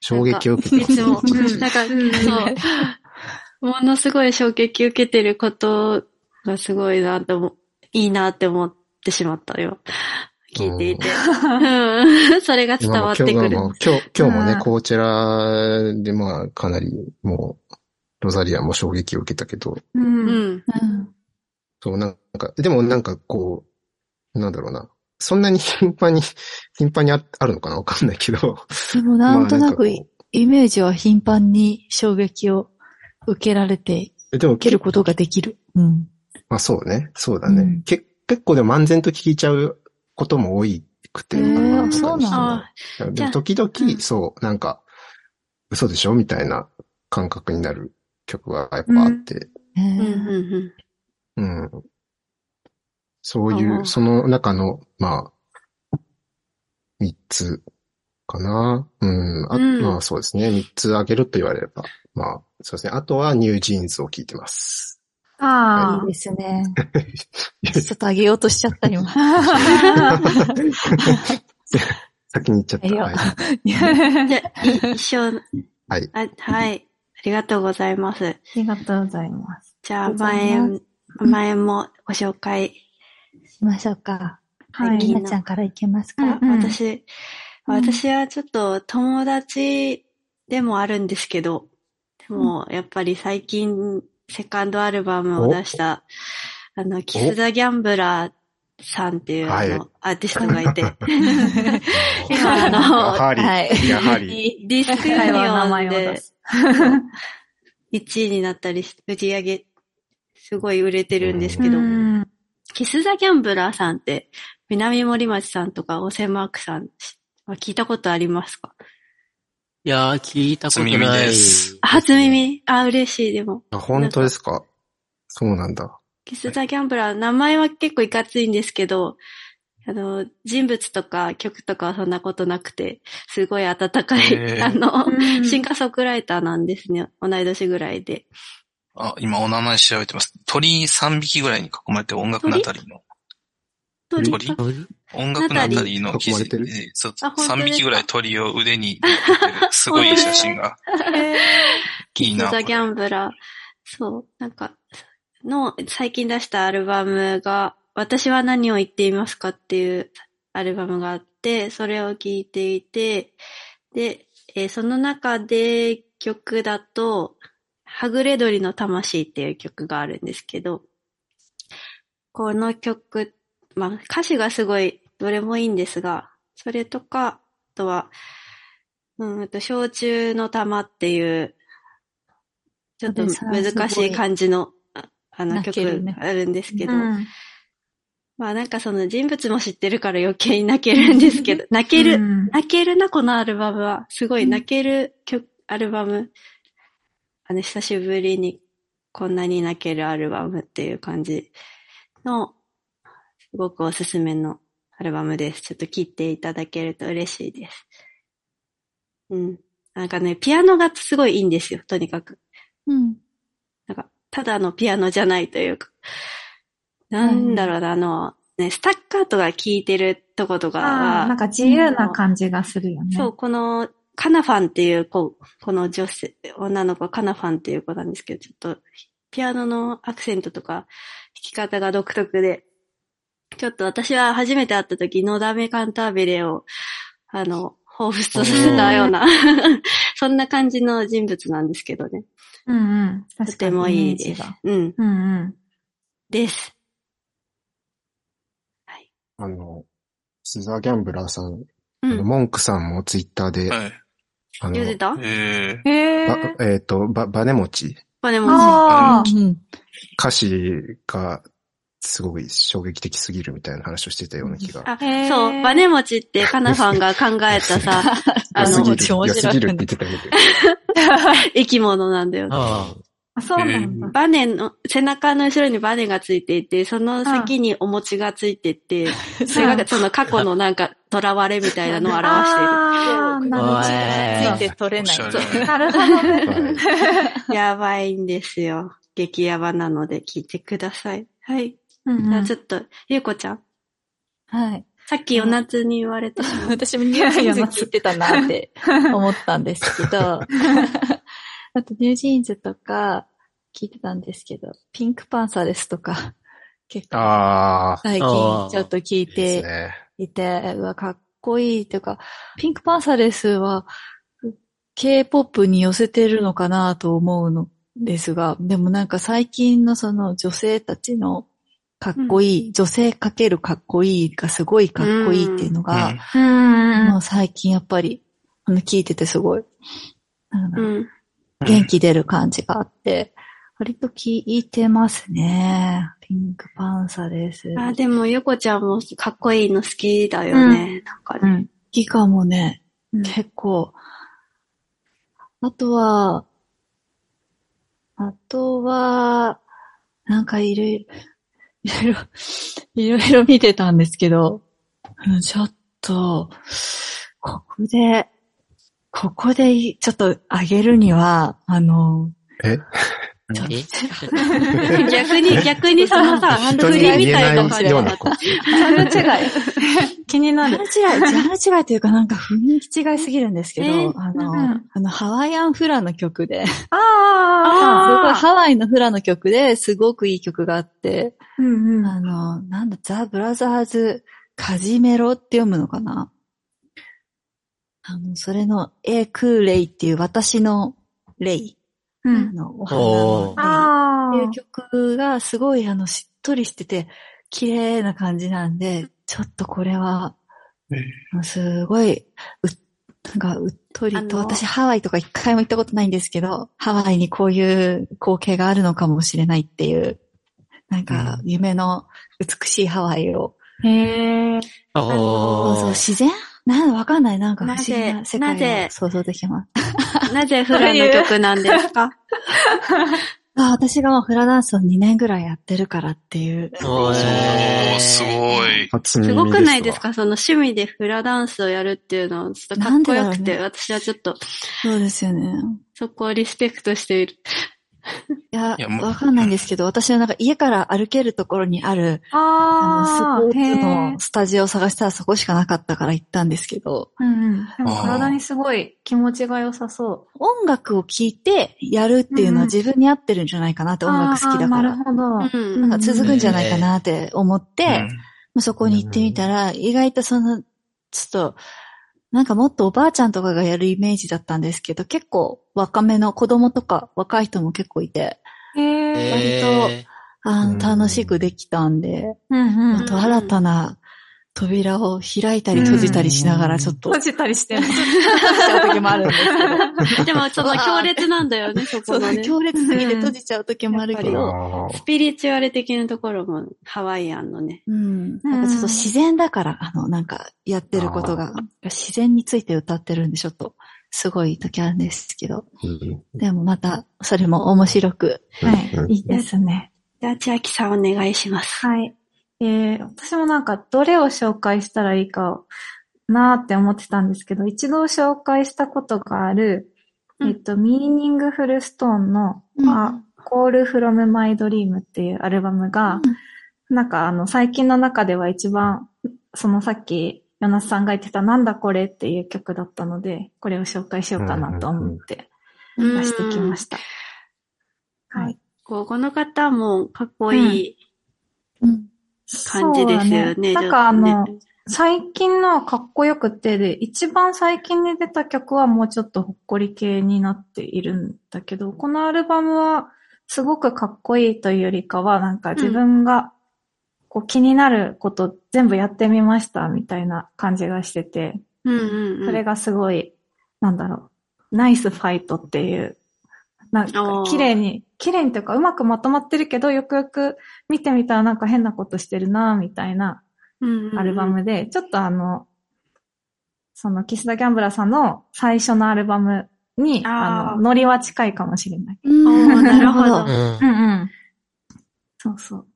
Speaker 5: 衝撃を受けて
Speaker 1: いつも。
Speaker 5: ます
Speaker 1: なんか、そう。ものすごい衝撃受けてることがすごいなって思、いいなって思ってしまったよ。聞いていて。うん。それが伝わってく
Speaker 5: まあ
Speaker 1: る
Speaker 5: まあ。今日、今日も
Speaker 2: う
Speaker 5: ね
Speaker 2: ん、
Speaker 5: こうちらでまあかなりもう、ロザリアも衝撃を受けたけど、
Speaker 1: う
Speaker 2: うん
Speaker 1: ん。
Speaker 4: うん。
Speaker 5: そうなんか、でもなんかこう、なんだろうな。そんなに 頻繁に、頻繁にああるのかなわかんないけど。
Speaker 4: でも なんとなく、
Speaker 5: まあんかこ
Speaker 4: イメージは頻繁に衝撃を受けられて、
Speaker 5: うえでも
Speaker 4: 受けることができる。うん。
Speaker 5: まあそうね。そうだね。
Speaker 4: うん
Speaker 5: け結構でも漫然と聞いちゃうことも多いくて。
Speaker 4: へー
Speaker 5: なんか
Speaker 4: そうなんだ
Speaker 1: あ
Speaker 5: でも時々、
Speaker 1: うん
Speaker 5: そう、なんか、嘘でしょみたいな感覚になる曲がやっぱあって。
Speaker 4: へ
Speaker 1: あ、うんうん
Speaker 4: ー
Speaker 1: うん。
Speaker 5: うん。そうい
Speaker 1: ああ
Speaker 5: う、その中の、まあ、三つかな。うん。あ、
Speaker 1: うん
Speaker 5: まあそうですね。三つあげると言われれば。まあ、そうですね。あとはニュージーンズを聞いてます。
Speaker 2: あ
Speaker 4: いいです ね。
Speaker 5: い
Speaker 4: ちょっとあげようとしちゃった今。
Speaker 5: 先に言っちゃった。
Speaker 4: いいよ
Speaker 5: はい。
Speaker 1: じゃあ、い一緒。
Speaker 5: はい
Speaker 1: あ。はい。ありがとうございます。
Speaker 2: りがとうございます。
Speaker 1: じゃ
Speaker 4: あ
Speaker 1: あ、
Speaker 4: りがとうござい
Speaker 1: 前
Speaker 4: ます
Speaker 1: も、前もご紹介。
Speaker 4: しましょうか。
Speaker 2: はい
Speaker 4: みなちゃんからいけます
Speaker 1: あ
Speaker 4: か
Speaker 2: うん
Speaker 1: 私、
Speaker 4: うん
Speaker 1: 私はちょっと友達でもあるんですけど、でも、やっぱり最近、セカンドアルバムを出した、あの、キス・ザ・ギャンブラーさんっていう、あ
Speaker 5: はい
Speaker 1: の、アーティストがいて、 今、
Speaker 5: 今
Speaker 1: あの、
Speaker 5: ハリ
Speaker 4: はい
Speaker 5: ー。いや、ハリー。
Speaker 1: ディスクユニ
Speaker 2: 会話の名
Speaker 1: オン
Speaker 2: 前を
Speaker 1: で
Speaker 2: 出す。
Speaker 1: 1位になったりし、売り上げ、すごい売れてるんですけど、
Speaker 2: うん
Speaker 1: キス・ザ・ギャンブラーさんって、南森町さんとか、オセマークさんは聞いたことありますか
Speaker 6: いやー、聞いたこと
Speaker 3: 初耳
Speaker 6: ない。
Speaker 3: です
Speaker 1: あ初。耳。あ、嬉しい、でも。
Speaker 5: あ本当ですかそうなんだ。
Speaker 1: キス・ザ・ギャンブラー、名前は結構いかついんですけど、あの、人物とか曲とかはそんなことなくて、すごい温かい、
Speaker 3: へ ー
Speaker 1: あの、
Speaker 2: うん
Speaker 1: シンガーソングライターなんですね。同い年ぐらいで。
Speaker 3: あ、今お名前調べてます。鳥3匹ぐらいに囲まれて音楽のあたりの、
Speaker 1: 鳥
Speaker 3: 鳥
Speaker 6: どう
Speaker 3: 音楽のあたりの
Speaker 5: 囲まれてる
Speaker 3: えーそう
Speaker 1: あ本当ですか
Speaker 3: 3匹ぐらい鳥を腕に乗っけてる、すごい写真 が。いい
Speaker 1: キ
Speaker 3: な
Speaker 1: ス・ザ・
Speaker 3: これ
Speaker 1: ギャンブラー。そう、なんか、の、最近出したアルバムが、私は何を言っていますかっていうアルバムがあって、それを聴いていて、で、えーその中で曲だと、はぐれ鳥の魂っていう曲があるんですけど、この曲、まあ歌詞がすごいどれもいいんですが、それとか、あとは、うんと、焼酎の玉っていう、ちょっと
Speaker 4: それさ
Speaker 1: 難しい感じの、ああの
Speaker 4: 泣
Speaker 1: 曲
Speaker 4: けるね
Speaker 1: あるんですけど、
Speaker 2: うん
Speaker 1: まあなんかその人物も知ってるから余計に泣けるんですけど、泣ける、
Speaker 2: うん
Speaker 1: 泣けるな、このアルバムは。すごい泣ける曲、アルバム。あの、久しぶりにこんなに泣けるアルバムっていう感じの、すごくおすすめのアルバムです。ちょっと聴いていただけると嬉しいです。うん。なんかね、ピアノがすごいいいんですよ、とにかく。
Speaker 4: うん。
Speaker 1: なんか、ただのピアノじゃないというか、なんだろうな、あの、ね、スタッカートが効いてるとことか
Speaker 2: あー
Speaker 1: は、
Speaker 2: なんか自由な感じがするよね。
Speaker 1: そう、このカナファンっていう子、この女性、女の子はカナファンっていう子なんですけど、ちょっと、ピアノのアクセントとか、弾き方が独特で、ちょっと私は初めて会った時、のだめカンターベレを、あの、彷彿とさせたような、 そんな感じの人物なんですけどね。
Speaker 2: うんうん。
Speaker 1: と
Speaker 2: 確か
Speaker 1: て
Speaker 2: に。
Speaker 1: もいい
Speaker 2: イメ
Speaker 1: で
Speaker 2: ージ
Speaker 1: す
Speaker 2: が。
Speaker 1: うん。
Speaker 2: うんうん。
Speaker 1: です。
Speaker 5: あの、スザーギャンブラーさん、
Speaker 1: う
Speaker 5: あの
Speaker 1: ん。
Speaker 5: モンクさんもツイッターで、
Speaker 3: はい。
Speaker 5: あの、
Speaker 1: 言うてた
Speaker 3: ええ
Speaker 2: へ
Speaker 5: ば
Speaker 2: ー。
Speaker 5: えっ、と、ば、バネ持ち。
Speaker 1: バネモン
Speaker 2: あー
Speaker 4: うん。
Speaker 5: 歌詞がすごい衝撃的すぎるみたいな話をしてたような気が。
Speaker 1: あ
Speaker 2: へ、ー
Speaker 1: そう、バネ持ちってカナファンが考えた さ、あ
Speaker 5: 良すぎ
Speaker 1: の、
Speaker 4: 面
Speaker 5: る、
Speaker 4: 白い
Speaker 5: 良すぎるって言ってたけど。
Speaker 1: 生き物なんだよね。
Speaker 6: あ
Speaker 2: あ、そうなんだ。
Speaker 1: バネの、背中の後ろにバネがついていて、その先にお餅がついてて、それがその過去のなんか囚われみたいなのを表している。
Speaker 2: あー、なるほど。
Speaker 6: あ
Speaker 4: ついて取れない。
Speaker 3: おしゃれ
Speaker 4: そう
Speaker 2: なるほどね。
Speaker 5: は い
Speaker 1: やばいんですよ。激ヤバなので聞いてください。はい。
Speaker 2: うん
Speaker 1: じゃ
Speaker 2: う
Speaker 1: あ
Speaker 2: ん
Speaker 1: ちょっと、ゆうこちゃん。
Speaker 4: はい。
Speaker 1: さっき夜夏に言われた。
Speaker 4: 私もニュージーンズ聞いてたなって 思ったんですけど、あとニュージーンズとか聞いてたんですけど、ピンクパンサーですとか、結構
Speaker 5: ああ、
Speaker 4: 最近ちょっと聞い
Speaker 5: いいです
Speaker 4: て
Speaker 5: ね。
Speaker 4: いて、うわ、かっこいいというか、ピンクパンサーですは K-POP に寄せてるのかなと思うのですが、でもなんか最近のその女性たちのかっこいい、女性かけるかっこいいがすごいかっこいいっていうのが、
Speaker 3: うん
Speaker 2: うん
Speaker 4: も
Speaker 2: う。
Speaker 4: うん最近やっぱり、あの、聞いててすごい、なん
Speaker 1: う
Speaker 4: か
Speaker 1: ん。
Speaker 4: 元気出る感じがあって、割と聞いてますね。ピンクパンサーです。
Speaker 1: あ、でもゆうこちゃんもかっこいいの好きだよね。なんか
Speaker 2: う
Speaker 1: ね。
Speaker 2: ん。
Speaker 4: ギガもね、
Speaker 2: うん
Speaker 4: 結構。あとは、あとは、なんかいろいろ、いろいろ、いろいろ見てたんですけど、うんちょっと、ここで、ここでい、ちょっと上げるには、あの、
Speaker 5: え
Speaker 4: ちょっと
Speaker 6: え
Speaker 1: 逆に、逆にそのさ、
Speaker 5: 人
Speaker 1: 振
Speaker 5: に
Speaker 1: りみ
Speaker 5: 言え
Speaker 1: たい
Speaker 5: な
Speaker 1: とか
Speaker 5: い
Speaker 1: じ
Speaker 5: よ
Speaker 1: ゃ
Speaker 5: う
Speaker 1: な
Speaker 5: な
Speaker 1: か
Speaker 5: こ
Speaker 1: っ
Speaker 5: と。
Speaker 4: ジャンル違い。ジ
Speaker 2: 気になる。
Speaker 4: ャンル違い、ジャンル違いというかなんか雰囲気違いすぎるんですけ
Speaker 1: え
Speaker 4: ど、あ
Speaker 2: う
Speaker 4: の
Speaker 2: ん、
Speaker 4: あの、ハワイアンフラの曲で、す
Speaker 2: あ
Speaker 4: ごいハワイのフラの曲ですごくいい曲があって、
Speaker 2: ー。うんうん。
Speaker 4: あの、なんだ、ザ・ブラザーズ・カジメロって読むのかなあの、それの、エクーレイっていう私のレイ、
Speaker 2: う
Speaker 4: あ
Speaker 2: ん。
Speaker 4: の、お花の
Speaker 6: お
Speaker 4: レイ
Speaker 2: あ
Speaker 4: ってい
Speaker 2: ー
Speaker 4: う。曲がすごいあの、しっとりしてて、綺麗な感じなんで、ちょっとこれは
Speaker 3: ええ、
Speaker 4: すごい、う、なんか、うっとりと、
Speaker 1: あの
Speaker 4: 私ハワイとか一回も行ったことないんですけど、ハワイにこういう光景があるのかもしれないっていう、なんか、夢の美しいハワイを、
Speaker 2: へー。
Speaker 6: あ
Speaker 4: そうそう、
Speaker 6: あ
Speaker 4: 自然なんわかんない、なんか不思議
Speaker 1: なぜ
Speaker 4: な世
Speaker 1: なぜ
Speaker 4: 界を想像できます。
Speaker 1: た。なぜフラの曲なんですか
Speaker 4: あ私がもうフラダンスを2年ぐらいやってるからっていう。
Speaker 6: お
Speaker 3: おー、すごい。
Speaker 5: 初
Speaker 1: す
Speaker 5: 耳
Speaker 1: ごくないです
Speaker 5: わ
Speaker 1: かその趣味でフラダンスをやるっていうのは、ちょっとかっこよ
Speaker 4: なんでだろう
Speaker 1: くて、
Speaker 4: ね
Speaker 1: 私はちょっと、
Speaker 4: そうですよね。
Speaker 1: そこをリスペクトしている。
Speaker 4: いや
Speaker 3: いや、もう
Speaker 4: わかんないんですけど、私はなんか家から歩けるところにある、あ
Speaker 2: あ
Speaker 4: の、スポ
Speaker 2: ー。
Speaker 4: ーツ
Speaker 2: へー
Speaker 4: の。スタジオを探したらそこしかなかったから行ったんですけど、
Speaker 2: うんうん。でも
Speaker 3: あー
Speaker 2: 体にすごい気持ちが良さそ
Speaker 4: 音楽を聴いてやるっていうのは自分に合ってるんじゃないかなって、
Speaker 2: う。
Speaker 4: 音楽好きだか
Speaker 2: あ
Speaker 4: ら
Speaker 2: ー。なるほど。
Speaker 1: うん
Speaker 4: なんか続くんじゃないかなって思って、まあそこに行ってみたら、意外とその、ちょっと、なんかもっとおばあちゃんとかがやるイメージだったんですけど、結構若めの子供とか若い人も結構いて、
Speaker 2: へー。
Speaker 6: え
Speaker 4: 割あ
Speaker 5: うん
Speaker 4: の楽しくできたんで、
Speaker 2: うんう
Speaker 4: あ
Speaker 2: ん。
Speaker 4: と新たな扉を開いたり閉じたりしながらちょっと、閉
Speaker 2: 閉じたりしてる。
Speaker 4: じちゃう時もあるんで す
Speaker 1: でも、その強烈なんだ よね、そ
Speaker 4: けど、
Speaker 1: このね。
Speaker 4: 強烈すぎて閉じちゃう時もあるけ
Speaker 1: やっ
Speaker 4: ど、
Speaker 5: あー
Speaker 1: スピリチュアル的なところも、ハワイアンのね。
Speaker 4: うん、なんかちょっと自然だから、あの、なんかやってることが、自然について歌ってるんでちょっと、すごい時あるんですけど、
Speaker 5: うん
Speaker 4: でもまた、それも面白く。
Speaker 2: はい。いいですね。
Speaker 1: じゃあ、千秋さんお願いします。
Speaker 2: はい。えー、私もなんかどれを紹介したらいいかなーって思ってたんですけど、一度紹介したことがある、
Speaker 1: うん
Speaker 2: えっと、ミーニングフルストーンの、
Speaker 4: うん
Speaker 2: あ、コールフロムマイドリームっていうアルバムが、なんかあの、最近の中では一番、そのさっき、ヨナスさんが言ってたなんだこれっていう曲だったので、これを紹介しようかなと思って
Speaker 1: うん
Speaker 2: 出してきました。はい。
Speaker 1: こうこの方もかっこいい
Speaker 4: うん。
Speaker 1: 感じですよね。
Speaker 2: そうだなんかあの、最近のはかっこよくてで、一番最近で出た曲はもうちょっとほっこり系になっているんだけど、このアルバムはすごくかっこいいというよりかは、なんか自分がこう気になること全部やってみましたみたいな感じがしてて、
Speaker 1: うんうんうん、
Speaker 2: それがすごい、なんだろう、ナイスファイトっていう、なん
Speaker 1: あ
Speaker 2: か
Speaker 1: ー
Speaker 2: 綺麗に、綺麗にというかうまくまとまってるけど、よくよく見てみたらなんか変なことしてるなみたいなアルバムで、ちょっとあの、その、キスダギャンブラーさんの最初のアルバムに、
Speaker 1: あー
Speaker 2: あの、ノリは近いかもしれない。
Speaker 1: うんうんうん。おーなるほ
Speaker 4: な
Speaker 1: ど
Speaker 4: る。
Speaker 2: うんうん。そうそう。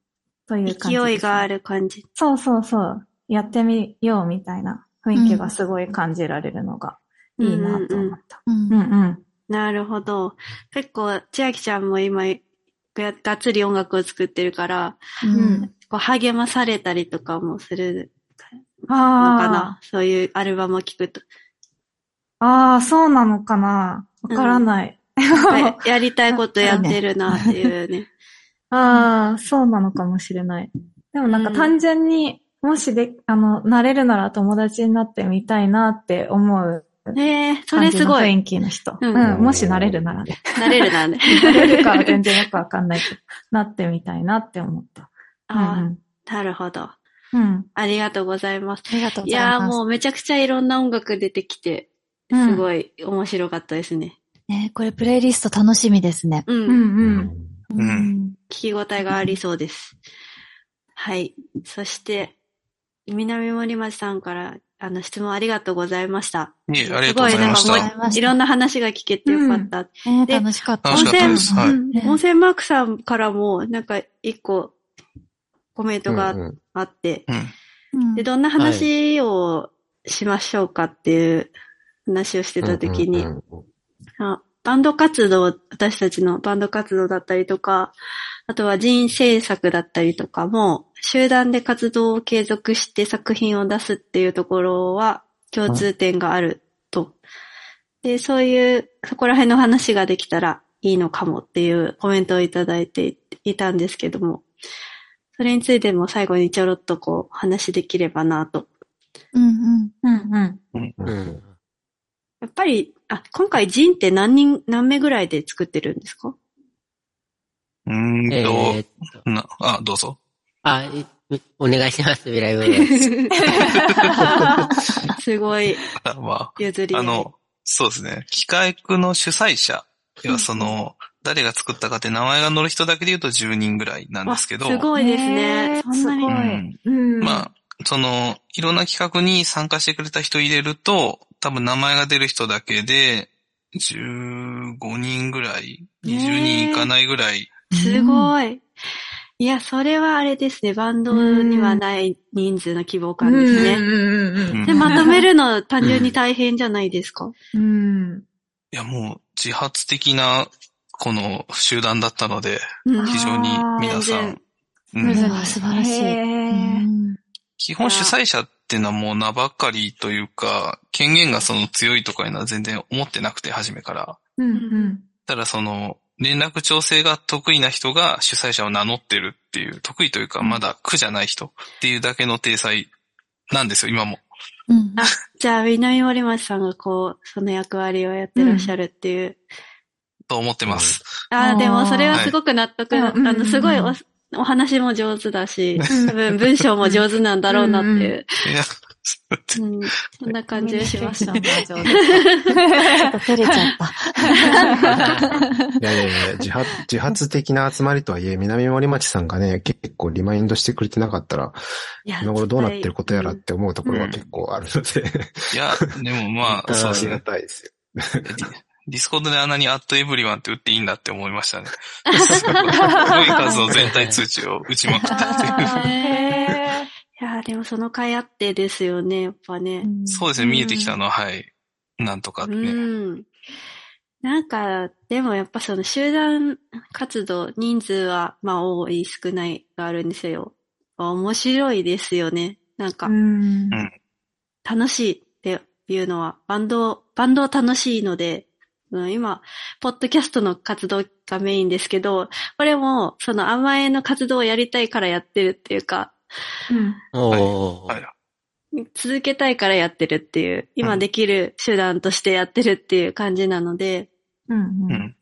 Speaker 2: という感じです、
Speaker 1: 勢いがある感じ。
Speaker 2: そうそうそう。やってみようみたいな雰囲気がすごい感じられるのがいい
Speaker 1: うんう
Speaker 2: なと
Speaker 1: ん
Speaker 2: 思
Speaker 1: うん
Speaker 2: った。
Speaker 4: うん
Speaker 2: うんうん。
Speaker 1: なるほど。結構、千秋ちゃんも今、ががっつり音楽を作ってるから、
Speaker 4: うん。
Speaker 1: こう励まされたりとかもするのか
Speaker 2: あ
Speaker 1: な。そういうアルバムを聴くと。
Speaker 2: あ、ああ、そうなのかな。わからない。
Speaker 1: やっぱりやりたいことやってるなっていうね。
Speaker 2: ああ、そうなのかもしれない。でもなんか
Speaker 1: うん
Speaker 2: 単純に、もしで、あの、なれるなら友達になってみたいなって思う。
Speaker 1: ねえ、それすごい。
Speaker 2: 雰囲気の人。
Speaker 1: う
Speaker 2: うんん、もしなれるならね。
Speaker 1: なれるなね。
Speaker 2: なれるかは全然よくわかんないけど、なってみたいなって思った。
Speaker 1: あ
Speaker 2: うん
Speaker 1: あ、なるほど。
Speaker 2: うん。うん。
Speaker 1: ありがとうございます。
Speaker 4: ありがとう
Speaker 1: い
Speaker 4: ございます。
Speaker 1: やーもうめちゃくちゃいろんな音楽出てきて、
Speaker 2: うん
Speaker 1: すごい面白かったですね。
Speaker 4: ね、これプレイリスト楽しみですね。
Speaker 1: うん。
Speaker 2: うん
Speaker 1: 聞
Speaker 2: うん。
Speaker 3: ん
Speaker 4: うん。
Speaker 1: き応えがありそうです。はい。そして、南森町さんから、あの、質問ありがとうございました。
Speaker 3: いえ、ありがとうございまし
Speaker 1: すごいな
Speaker 3: た
Speaker 1: ん。かもういろんな話が聞けてよかった。
Speaker 4: ね
Speaker 1: で
Speaker 4: 楽しかった。
Speaker 3: 楽しかったですはい
Speaker 1: うん
Speaker 4: ね
Speaker 1: 温泉マークさんからも、なんか、一個、コメント
Speaker 5: うん
Speaker 1: が
Speaker 5: うん
Speaker 1: あって、
Speaker 3: うん。
Speaker 4: うん
Speaker 1: で、どんな話をしましょうかっていう話をしてた時に
Speaker 5: う、んうん
Speaker 1: あバンド活動、私たちのバンド活動だったりとか、あとは人制作だったりとかも、集団で活動を継続して作品を出すっていうところは共通点があると。で、そういう、そこら辺の話ができたらいいのかもっていうコメントをいただいていたんですけども、それについても最後にちょろっとこうお話しできればなと
Speaker 4: うんうん。
Speaker 2: うんうん。
Speaker 5: うんうんうん
Speaker 1: やっぱり、あ、今回ジンって何人、何名ぐらいで作ってるんですか
Speaker 3: うーん
Speaker 6: えー
Speaker 3: と
Speaker 6: っ、と、
Speaker 3: なあ、どうぞ。
Speaker 6: あ、いお願いします、未来部。
Speaker 1: すごい
Speaker 3: あま
Speaker 1: 譲り合
Speaker 3: あ、
Speaker 1: い。
Speaker 3: あの、そうですね。企画の主催者。要はその、誰が作ったかって名前が載る人だけで言うと10人ぐらいなん
Speaker 1: あ、
Speaker 3: ですけど。
Speaker 1: すごいですね。
Speaker 2: ね
Speaker 1: そんなに
Speaker 2: すご。
Speaker 3: う
Speaker 2: い
Speaker 3: ん。
Speaker 2: うん。
Speaker 3: まあ、その、いろんな企画に参加してくれた人入れると、多分名前が出る人だけで、15人ぐらい、20人いかないぐらい、
Speaker 1: すごい。いや、それはあれですね。バンドにはない人数の希望感です
Speaker 2: う
Speaker 1: ね。
Speaker 2: んうんうん
Speaker 3: うん
Speaker 1: で、まとめるの単純に大変じゃないですか。
Speaker 2: うん。うん
Speaker 3: いやもう自発的な、この集団だったので、
Speaker 1: うん
Speaker 3: 非常に皆さん、うん
Speaker 4: 全然あ素晴らしい
Speaker 2: へ
Speaker 4: う
Speaker 2: ー
Speaker 4: ん
Speaker 3: 基本主催者っていうのはもう名ばかりというか、権限がその強いとかいうのは全然思ってなくて、初めから。
Speaker 2: うんうん。
Speaker 3: ただその、連絡調整が得意な人が主催者を名乗ってるっていう、得意というかまだ苦じゃない人っていうだけの体裁なんですよ、今も。
Speaker 4: うん
Speaker 1: あじゃあ、南森町さんがこう、その役割をやってらっしゃるっていう。
Speaker 3: と思ってます。
Speaker 1: ああ、
Speaker 2: あー
Speaker 1: でもそれはすごく納得な、
Speaker 2: はいうん
Speaker 1: あの、すごいおお話も上手だし、多分文章も上手なんだろうなっていう。
Speaker 3: いや、
Speaker 1: うん、そんな感じがしました。
Speaker 4: ちょっと照れちゃった。
Speaker 5: いやいやいや、自発、自発的な集まりとはいえ、南森町さんがね、結構リマインドしてくれてなかったら、
Speaker 1: いや
Speaker 5: 今頃どうなってることやらっ
Speaker 1: 絶
Speaker 5: て思うところは結構あるので、
Speaker 3: いや、でもまあ、そうですね。
Speaker 5: たいですよ。
Speaker 3: ディスコードであんなにアットエブリワンって打っていいんだって思いましたね。すごい数の全体通知を打ちまくったっていう。
Speaker 2: あーへー
Speaker 1: 対いや、でもその会あってですよね、やっぱね。
Speaker 3: そうですね、見えてきたのは、はい。なんとか
Speaker 1: う
Speaker 3: ね。うん
Speaker 1: ん。なんか、でもやっぱその集団活動、人数は、まあ多い、少ないがあるんですよ。面白いですよね。なんか、
Speaker 2: うん。
Speaker 1: 楽しいっていうのは、バンド、バンドは楽しいので、うん、今、ポッドキャストの活動がメインですけど、これも、その甘えの活動をやりたいからやってるっていうか、
Speaker 2: うん。
Speaker 6: お
Speaker 3: はい
Speaker 6: ー。。
Speaker 1: 続けたいからやってるっていう、今できる手段としてやってるっていう感じなので、
Speaker 2: うん。
Speaker 3: う
Speaker 2: うん。
Speaker 3: ん。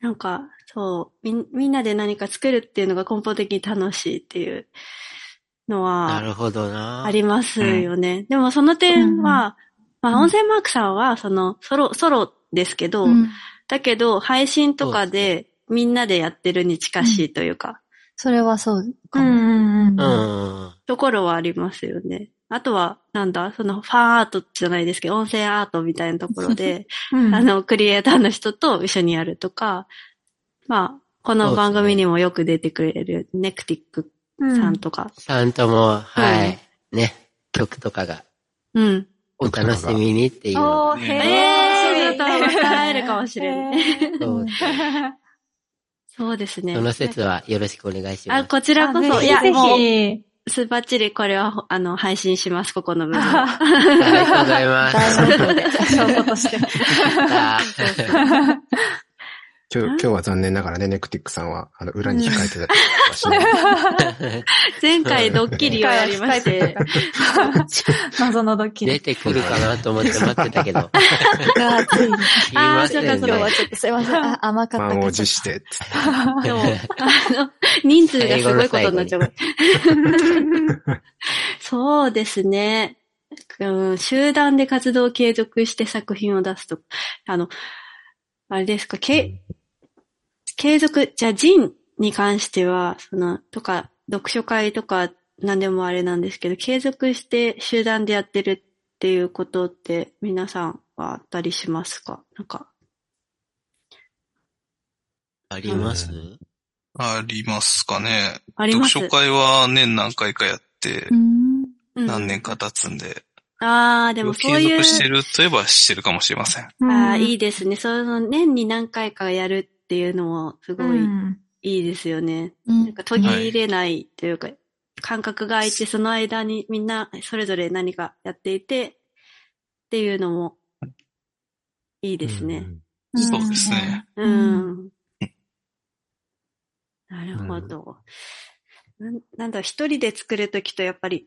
Speaker 1: なんか、そう、みん、みんなで何か作るっていうのが根本的に楽しいっていうの
Speaker 6: な
Speaker 1: は
Speaker 6: るほどな。
Speaker 1: ありますよね。でもその点は、
Speaker 2: ん
Speaker 1: まあ、温泉マークさんは、その、ソロ、ソロですけど、
Speaker 2: うん
Speaker 1: だけど、配信とか
Speaker 6: そう
Speaker 1: で、みんなでやってるに近しいというか、
Speaker 4: それはそう
Speaker 2: う
Speaker 4: かも。
Speaker 2: んうん
Speaker 6: う
Speaker 2: うん。
Speaker 6: ん。
Speaker 1: ところはありますよね。あとは、なんだ、その、ファンアートじゃないですけど、音声アートみたいなところで、
Speaker 2: うん
Speaker 1: あの、クリエイターの人と一緒にやるとか、まあ、この番組にもよく出てくれるネクティックさんとか、
Speaker 6: さんとも、は
Speaker 1: はい
Speaker 6: い。ね。曲とかが、
Speaker 1: うん。
Speaker 6: お楽しみにっていうの
Speaker 2: お
Speaker 6: が。
Speaker 2: ー、
Speaker 3: えー
Speaker 2: へ。
Speaker 1: そうだとまた会えるかもしれない
Speaker 2: へー
Speaker 6: そう
Speaker 1: そうですね
Speaker 6: そ。の説はよろしくお願いしま
Speaker 1: あ、
Speaker 6: す。
Speaker 1: こちらこ
Speaker 2: あ
Speaker 1: そ、い
Speaker 2: ぜ
Speaker 1: や、
Speaker 2: ひ
Speaker 1: もう、
Speaker 2: ぜひ。
Speaker 1: すばっちりこれは、あの、配信します、ここの部分は。
Speaker 2: あ は
Speaker 6: ありがとうございます。
Speaker 2: は証拠と して。
Speaker 6: あ
Speaker 5: 今日、今日は残念ながらね、ネクティックさんは、あの、裏に控えてたりはしない。
Speaker 1: 前回ドッキリをやりまし
Speaker 2: 控
Speaker 1: て
Speaker 2: えて、謎のドッキ
Speaker 6: 出
Speaker 2: リ。
Speaker 6: てくるかなと思って待って たけど。
Speaker 4: が、ついに。
Speaker 6: いません
Speaker 1: あーそうか
Speaker 4: 今日
Speaker 6: ね
Speaker 1: そう
Speaker 4: はちょっとすいません。あ甘かった
Speaker 5: 満
Speaker 4: か
Speaker 5: を
Speaker 4: ちょ
Speaker 5: 持
Speaker 4: っ
Speaker 5: して、つって
Speaker 1: でも、 あの、人数がすごいことになっちゃう。 そうですね。うん、集団で活動を継続して作品を出すと。あの、あれですか、け、継続、じゃあ、ジンに関しては、その、とか、読書会とか、何でもあれなんですけど、継続して集団でやってるっていうことって、皆さんはあったりしますかなんか、
Speaker 6: あります
Speaker 3: ありますかね。
Speaker 1: あり
Speaker 3: 読
Speaker 1: ます
Speaker 3: 書会は年何回かやって
Speaker 4: とう、ん
Speaker 1: うん
Speaker 3: 何年か経つんで、
Speaker 1: ああ、でもそう
Speaker 3: 継
Speaker 1: いう。
Speaker 3: 続してるといえばしてるかもしれません。
Speaker 1: ああ、い
Speaker 2: い。
Speaker 1: いですね。その年に何回かやるっていうのもすごいいいですよね。
Speaker 4: うん
Speaker 1: なんか途切れないというか、感覚が空いてその間にみんなそれぞれ何かやっていてっていうのもいいですね。。
Speaker 2: ん
Speaker 3: そうですね。
Speaker 1: う。
Speaker 4: うんん
Speaker 1: なるほど。なんなんだろう、一人で作るときとやっぱり、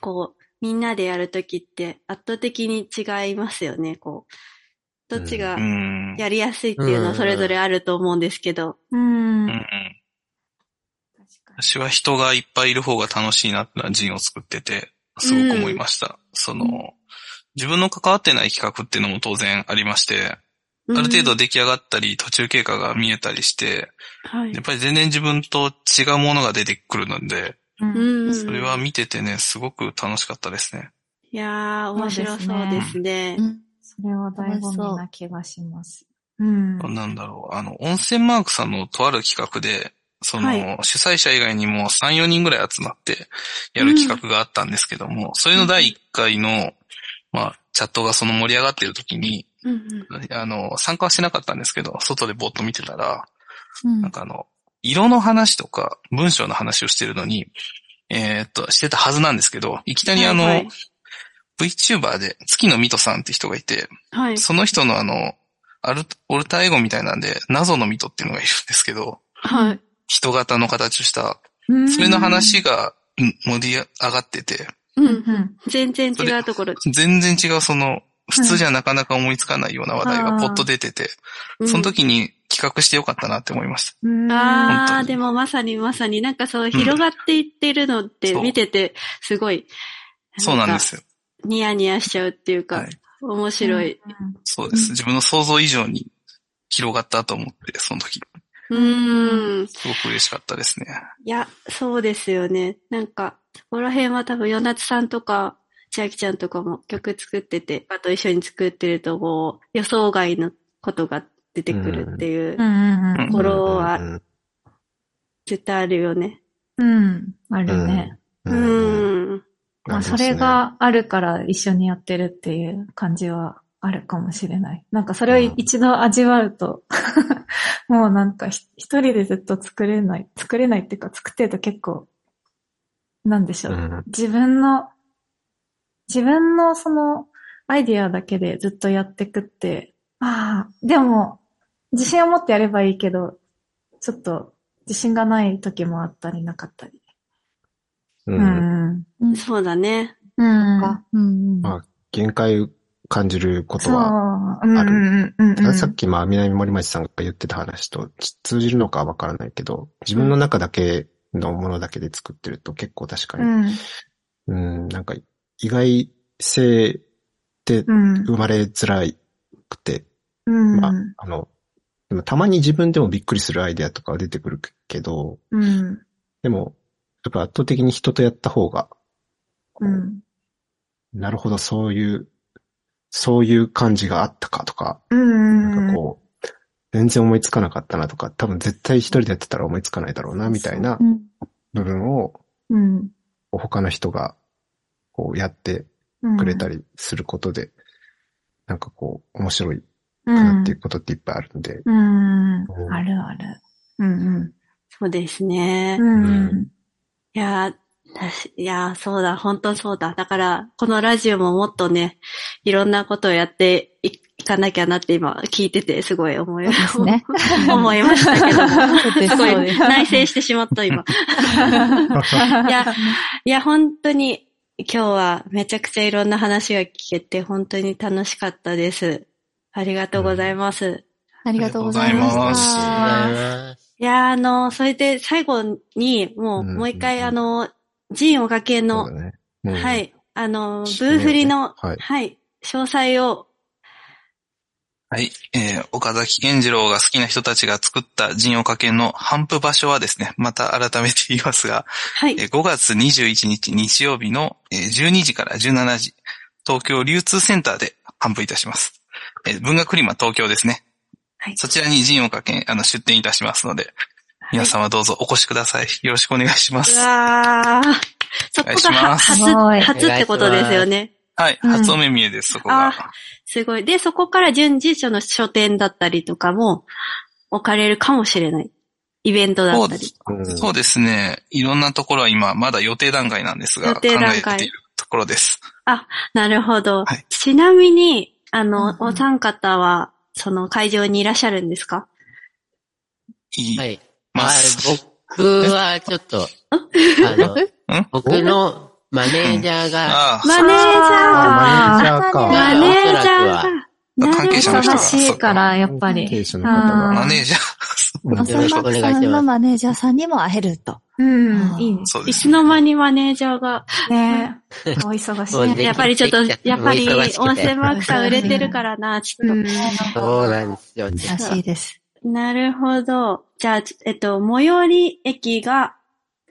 Speaker 1: こう、みんなでやるときって圧倒的に違いますよね。こう、どっちが
Speaker 3: うん。
Speaker 1: やりやすいっていうのはそれぞれあると思うんですけど。
Speaker 2: うん。
Speaker 3: う
Speaker 2: 確
Speaker 3: ん
Speaker 2: か
Speaker 3: 私は人がいっぱいいる方が楽しいなってのはジンを作ってて、すごく思いました。その、自分の関わってない企画っていうのも当然ありまして、ある程度出来上がったり、途中経過が見えたりして、
Speaker 1: はい
Speaker 3: やっぱり全然自分と違うものが出てくるので、
Speaker 2: に。うん
Speaker 1: うん。
Speaker 3: それは見ててね、すごく楽しかったですね。
Speaker 1: いやー、面白そうですね。
Speaker 4: うん
Speaker 2: それは醍醐味な気がします。うん。
Speaker 3: なんだろう、あの、温泉マークさんのとある企画で、その、
Speaker 1: は
Speaker 3: 主催者以外にも3、4人ぐらい集まってやる企画があったんですけども、それの第1回の、まあ、チャットがその盛り上がってる時に、
Speaker 1: うんうん
Speaker 3: あの、参加はしなかったんですけど、外でぼーっと見てたら、
Speaker 4: うん
Speaker 3: なんかあの、色の話とか文章の話をしてるのに、えーっと、してたはずなんですけど、いきなりあの、
Speaker 1: はい
Speaker 3: VTuber で月野ミトさんって人がいて、
Speaker 1: はい。
Speaker 3: その人のあの、アルト、オルタエゴみたいなんで、謎のミトっていうのがいるんですけど、
Speaker 1: はい。
Speaker 3: 人型の形をした、
Speaker 2: うん
Speaker 3: それの。話がうん盛り上がってて、
Speaker 1: う。
Speaker 2: うんん。
Speaker 1: 全然違うところ。
Speaker 3: 全然違うその、普通じゃなかなか思いつかないような話題
Speaker 2: うん
Speaker 3: がポッと出てて、その時に企画してよかったなって思いました。
Speaker 2: うん。
Speaker 3: 本
Speaker 1: あ
Speaker 3: 当
Speaker 1: あ、
Speaker 3: に
Speaker 1: でもまさにまさになんかそう広がっていってるのって
Speaker 3: そう
Speaker 1: 見てて、すごい。
Speaker 3: そうなんですよ。
Speaker 1: かニヤニヤしちゃうっていうか
Speaker 3: はい、
Speaker 1: 面白い。
Speaker 3: そうです。
Speaker 2: うん
Speaker 3: 自分の想像以上に広がったと思って、その時、
Speaker 1: うーん。
Speaker 3: すごく嬉しかったですね。
Speaker 1: いや、そうですよね。なんか、そこら辺は多分、ヨナツさんとか、千秋ちゃんとかも曲作ってて、あと一緒に作ってると、こう、予想外のことが出てくるっていう、
Speaker 2: うんうん
Speaker 1: ところは
Speaker 5: うん
Speaker 1: 絶対あるよね。
Speaker 2: うん。うん。あるね。
Speaker 5: う
Speaker 1: うん
Speaker 5: うん。
Speaker 1: ん。
Speaker 2: まあ、それがあるから一緒にやってるっていう感じはあるかもしれない。なんかそれを一度味わうと、 もうなんかひ一人でずっと作れない、作れないっていうか作ってると結構、なんでし
Speaker 5: あ
Speaker 2: ょう。
Speaker 5: りますね、
Speaker 2: 自分の、自分のそのアイディアだけでずっとやってくって、ああ、でも、自信を持ってやればいいけど、ちょっと自信がない時もあったりなかったり。
Speaker 5: う。
Speaker 2: うんん。
Speaker 1: そうだね。
Speaker 2: うん。
Speaker 4: うんうん
Speaker 5: あ限界感じること
Speaker 2: そう。う
Speaker 5: は、
Speaker 2: んうん
Speaker 5: ある
Speaker 2: うんうん。
Speaker 5: さっきまあ、南森町さんが言ってた話と通じるのかわからないけど、自分の中だけのものだけで作ってると結構確か
Speaker 2: う
Speaker 5: に、
Speaker 2: ん。
Speaker 5: うん、なんか意外性って
Speaker 2: うん。
Speaker 5: 生まれづらくて、
Speaker 2: うん。
Speaker 5: まあ、あの、でもたまに自分でもびっくりするアイデアとかは出てくるけど、
Speaker 2: うん。
Speaker 5: でも、やっぱ圧倒的に人とやった方が、
Speaker 2: うん。
Speaker 5: なるほど、そういう、そういう感じがあったかとか、
Speaker 2: うん。
Speaker 5: なんかこう、全然思いつかなかったなとか、多分絶対一人でやってたら思いつかないだろうな、みたいな
Speaker 4: うん
Speaker 5: 部分を
Speaker 2: うん。
Speaker 5: 他の人がこうやって
Speaker 2: うん。
Speaker 5: くれた
Speaker 2: り
Speaker 5: りすることで、なんかこう、面白い
Speaker 2: か
Speaker 5: なっていうことっていっぱいあるんで、
Speaker 2: うん。あるある。うん
Speaker 1: そうですね
Speaker 2: う。ん。うん。
Speaker 1: いやー、だしいやー、そうだ、本当そうだ。だから、このラジオももっとね、いろんなことをやっていいかなきゃなって今聞いてて、すごい思い、
Speaker 4: すね
Speaker 1: 思いましたけども。
Speaker 4: そうです
Speaker 1: すご
Speaker 4: そう
Speaker 1: い
Speaker 4: です
Speaker 1: 内省してしまった、 今。いや、いや、本当に今日はめちゃくちゃいろんな話が聞けて、本当に楽しかったです。ありがとうございます。
Speaker 4: ありがとうござい
Speaker 3: ありがとうご
Speaker 4: ま
Speaker 3: ざい
Speaker 4: す。
Speaker 1: いやー、あの、それで最後に、もう、
Speaker 5: うん
Speaker 1: もう一
Speaker 5: う
Speaker 1: 回、
Speaker 5: ん
Speaker 1: あの、ジンおかけ
Speaker 5: そう
Speaker 1: の、
Speaker 5: だね。うん
Speaker 1: は。い、あの、ブ
Speaker 5: 締めを
Speaker 1: ー
Speaker 5: ね
Speaker 1: フリの、
Speaker 5: はい
Speaker 1: はい、詳細を、
Speaker 3: はい。えー岡崎健次郎が好きな人たちが作った人岡県の頒布場所はですね、また改めて言いますが、
Speaker 1: はい、
Speaker 3: えー5月21日日曜日のえー12時から17時、東京流通センターで頒布いたします。えー文学リマ東京ですね。
Speaker 1: はい
Speaker 3: そちらに人岡県、あの、出店いたしますので、皆様どうぞお越しください。よろしくお願いしま
Speaker 1: う
Speaker 3: す。
Speaker 1: わーそこ
Speaker 3: お願いし
Speaker 1: がは
Speaker 3: ます
Speaker 1: 初、
Speaker 2: すごい
Speaker 1: 初ってことですよね。
Speaker 3: はい。
Speaker 2: うん
Speaker 3: 初お目見えです、そこが。
Speaker 1: あすごい。で、そこから順次、その書店だったりとかも、置かれるかもしれない。イベントだったり。
Speaker 5: うん
Speaker 3: そうですね。いろんなところは今、まだ予定段階なんですが、
Speaker 1: 予
Speaker 3: 考
Speaker 1: 定段階
Speaker 3: えているところです。
Speaker 1: なるほど。
Speaker 3: はい
Speaker 1: ちなみに、あの、
Speaker 2: うんうん
Speaker 1: お三方は、その会場にいらっしゃるんですか
Speaker 3: いい
Speaker 6: はい。ま
Speaker 3: ま
Speaker 6: あ
Speaker 3: す。、
Speaker 6: 僕はちょっと、あの
Speaker 3: ん、
Speaker 6: 僕のマネージャーが、
Speaker 3: ああ、
Speaker 1: マネージ
Speaker 5: あマネージ
Speaker 1: ャー
Speaker 5: ャー
Speaker 1: が。マネ
Speaker 5: か。
Speaker 1: ージャーが。
Speaker 6: おそらくは
Speaker 3: そう
Speaker 1: な
Speaker 3: 関係者
Speaker 1: るほ
Speaker 3: の
Speaker 2: 忙
Speaker 3: 人が。
Speaker 1: ど。
Speaker 2: しいから、やっぱ
Speaker 5: 経営
Speaker 2: り。
Speaker 5: 者の方
Speaker 2: うん
Speaker 5: が。
Speaker 3: マネージャー。
Speaker 5: うん
Speaker 6: よろしくお願いします
Speaker 4: さんのマネージャーさんにも会えると。
Speaker 2: うん、いいね。
Speaker 3: そうで
Speaker 1: い
Speaker 3: す
Speaker 1: つ
Speaker 3: ね。
Speaker 1: の間にマネージャーが、
Speaker 2: ねお忙
Speaker 6: そう
Speaker 2: しい。
Speaker 6: ね
Speaker 1: やっぱりちょっと
Speaker 6: でき、て
Speaker 1: やっぱり、
Speaker 6: お
Speaker 1: 音
Speaker 6: 忙しくて
Speaker 1: 声マークさん売れてるからな、ちょっと。
Speaker 6: そうなんですよ。
Speaker 4: らしいです。
Speaker 1: なるほど。じゃあ、えっと、最寄り駅が、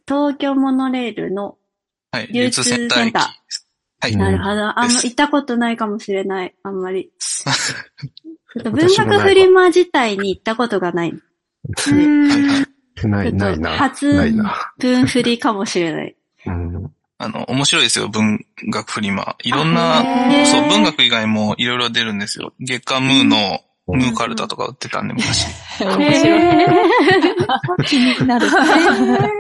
Speaker 1: 東京モノレールの、
Speaker 3: はい。
Speaker 1: 流
Speaker 3: 流
Speaker 1: 通
Speaker 3: 通
Speaker 1: セ
Speaker 3: セ
Speaker 1: ン
Speaker 3: ン
Speaker 1: タ
Speaker 3: タ
Speaker 1: ー
Speaker 3: ー
Speaker 1: 駅
Speaker 3: 駅。はい。
Speaker 5: うん
Speaker 1: なるほど。あん
Speaker 3: で
Speaker 1: ま、
Speaker 3: す
Speaker 1: 行ったことないかもしれない。あんまり。ちょっと文
Speaker 5: 私もない
Speaker 1: 学
Speaker 5: わ
Speaker 1: フリマ自体に行ったことがない。
Speaker 5: ない、ないな。
Speaker 1: 初
Speaker 5: ないな。
Speaker 1: 文振りかもしれない。
Speaker 5: うん。
Speaker 3: あの、面白いですよ、文学フリマ。いろんな、
Speaker 1: へー
Speaker 3: そう、文学以外もいろいろ出るんですよ。月刊ムーの、ムーカルタとか売ってたんで、昔。
Speaker 4: 面白い。 気に なる。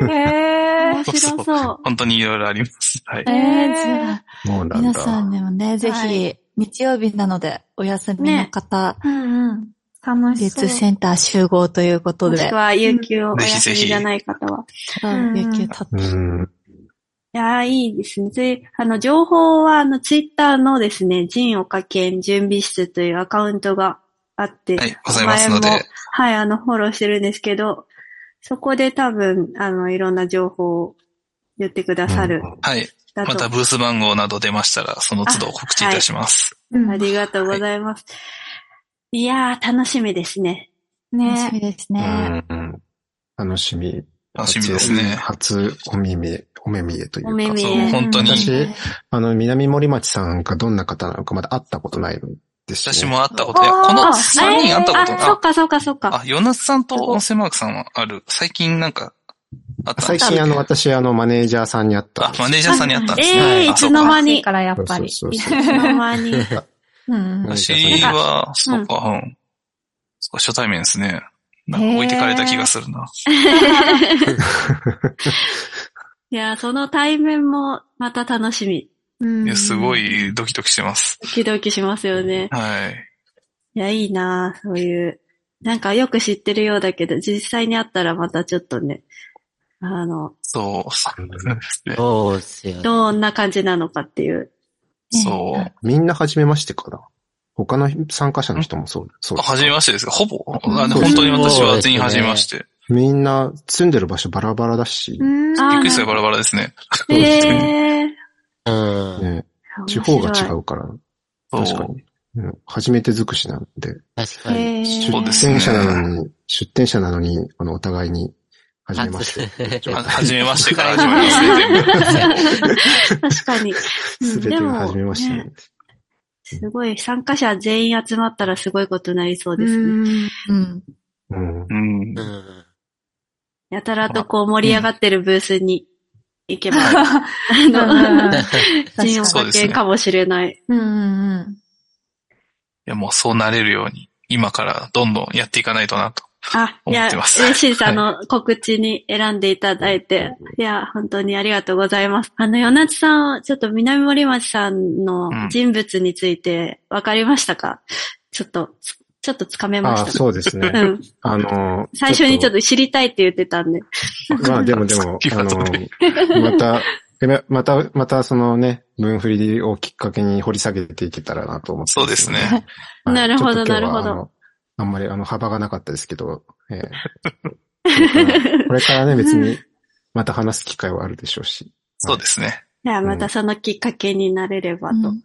Speaker 2: へ
Speaker 1: 面白そう。
Speaker 3: 本当にいろいろあります。はい
Speaker 4: え。ー、じゃあ、
Speaker 5: そうなん
Speaker 4: 皆さ
Speaker 5: だ。
Speaker 4: んにもね、ぜ
Speaker 1: は
Speaker 4: ひ、日曜日なので、お休みの方、
Speaker 2: うんうん。楽
Speaker 4: 流
Speaker 2: しそう
Speaker 4: 通。センター集合ということ
Speaker 1: も
Speaker 4: で
Speaker 1: しく、は、有給をお休みじゃない方は。
Speaker 2: うん
Speaker 4: 有給取って。
Speaker 5: うん。
Speaker 1: いやー、いいですね。で、あの、情報は、あの、ツイッターのですね、人岡県準備室というアカウントがあって、
Speaker 3: はい、ございますの
Speaker 1: 前も
Speaker 3: で、
Speaker 1: はい、あの、フォローしてるんですけど、そこで多分、あの、いろんな情報を言ってくださる。
Speaker 3: はい。
Speaker 1: だ
Speaker 3: ま
Speaker 1: と
Speaker 3: たブース番号など出ましたら、その都度告知いたします。
Speaker 2: うん
Speaker 1: ありがとうございます。い、やー、楽しみですね。
Speaker 4: 楽し
Speaker 2: ね
Speaker 4: みです
Speaker 5: う
Speaker 4: ね。
Speaker 5: んうん楽しみ。
Speaker 3: 楽しみですね。
Speaker 5: 初お目見え、お目見えというか。
Speaker 1: お目見え
Speaker 3: そ
Speaker 1: は
Speaker 3: う
Speaker 1: いね、
Speaker 3: 本当に。
Speaker 5: 私あの、南森町さんがどんな方なのかまだ会ったことないんです、ね。
Speaker 3: 私。も会ったこと、いや、この3人会ったこと
Speaker 1: あ、そ
Speaker 3: な
Speaker 1: っかそっかそっ
Speaker 3: あ、
Speaker 1: か。
Speaker 3: ヨナスさんと音声マークさんはある。最近なんか、あったん
Speaker 5: 最
Speaker 3: です
Speaker 5: 近あの、私あの、マネージャーさんに会ったん
Speaker 3: あ
Speaker 5: で、す。
Speaker 3: マネージャーさんに会ったんですね。
Speaker 1: ええー、い
Speaker 3: あ、そ
Speaker 1: つ
Speaker 3: う
Speaker 1: の
Speaker 3: か。
Speaker 1: 間
Speaker 2: 暑い
Speaker 1: に
Speaker 2: か。ら、やっぱ
Speaker 5: そう
Speaker 2: り。
Speaker 5: そう
Speaker 1: いつ
Speaker 5: そう。
Speaker 1: の間に。
Speaker 2: うんうん。
Speaker 3: 私は、そうか、うん。そうか初対面ですね。なんか置いてかれた気がするな。
Speaker 1: いやー、その対面もまた楽しみ。
Speaker 2: うん
Speaker 3: いや、すご。いドキドキしてます。
Speaker 1: ドキドキしますよね。
Speaker 3: はい。
Speaker 1: いや、いいなあそういう。なんかよく知ってるようだけど、実際に会ったらまたちょっとね、あの、
Speaker 3: そう、そうですね。
Speaker 6: そうですよね。
Speaker 1: どんな感じなのかっていう。
Speaker 3: そ
Speaker 2: ね
Speaker 3: う。
Speaker 5: みんな初めましてかな。他の参加者の人もそう、そうです。
Speaker 3: はじめましてですかほぼ、あ
Speaker 5: そうです
Speaker 3: 本当に私は全員はじめまして。
Speaker 5: みんな住んでる場所バラバラだし、
Speaker 2: うん。
Speaker 1: あ
Speaker 3: び
Speaker 1: ー
Speaker 3: っくりするバラバラですね。
Speaker 5: そうです
Speaker 1: えー
Speaker 6: うん。
Speaker 5: ね、地方が違
Speaker 1: う。
Speaker 5: うから、
Speaker 3: そう
Speaker 5: 確かに。うん、初めて尽くしなんで、
Speaker 6: 確かに。
Speaker 2: へー
Speaker 3: そうです
Speaker 5: 出店者なのに、出店者なのに、あの、お互いに、初めまして。
Speaker 6: て
Speaker 3: は はじめましてから始まりま すね、全部。
Speaker 1: 確かに。
Speaker 5: すべてが初めまして
Speaker 1: でも
Speaker 5: なん
Speaker 1: ね
Speaker 5: です。
Speaker 1: すごい、参加者全員集まったらすごいことになりそうですね。
Speaker 4: う
Speaker 2: うん
Speaker 4: ん。
Speaker 5: うん。
Speaker 3: うん
Speaker 6: う。ん。
Speaker 1: やたらとこう盛り上がってるブースに行けば、あ
Speaker 2: あ
Speaker 1: の、人を
Speaker 2: 確
Speaker 3: そう
Speaker 1: 発
Speaker 3: です
Speaker 1: 見
Speaker 3: ね
Speaker 1: かもしれない。
Speaker 2: うんうんうん。
Speaker 3: いや、もうそうなれるように、今からどんどんやっていかないとなと。
Speaker 1: あ、い
Speaker 3: 思
Speaker 1: や、
Speaker 3: ってます
Speaker 1: 嬉しいです。あの、告知に選んでいただいて。いや、本当にありがとうございます。あの、与那地さんは、ちょっと南森町さんの
Speaker 3: うん
Speaker 1: 人物について分かりましたか、ちょっと、つちょっとつかめま
Speaker 5: あ
Speaker 1: し
Speaker 5: あ、
Speaker 1: た。
Speaker 5: そうですね。
Speaker 1: うん。
Speaker 5: あの、
Speaker 1: 最初にちょっ
Speaker 5: と。
Speaker 1: と知りたいって言ってたんで。
Speaker 5: まあ、でもでも、あの、また、えまた、またそのね、分振りをきっかけに掘り下げていけたらなと思ってます。
Speaker 3: そうですね
Speaker 5: はい。
Speaker 1: なるほど
Speaker 5: ちょっと今日は
Speaker 1: なるほど
Speaker 5: あのあんまりあの幅がなかったですけど、 え ーこれからこれからね、別にまた話す機会はあるでしょうし。
Speaker 3: そうですね。
Speaker 1: じゃあ、またそのきっかけになれれば
Speaker 4: うんう
Speaker 1: と
Speaker 4: ん。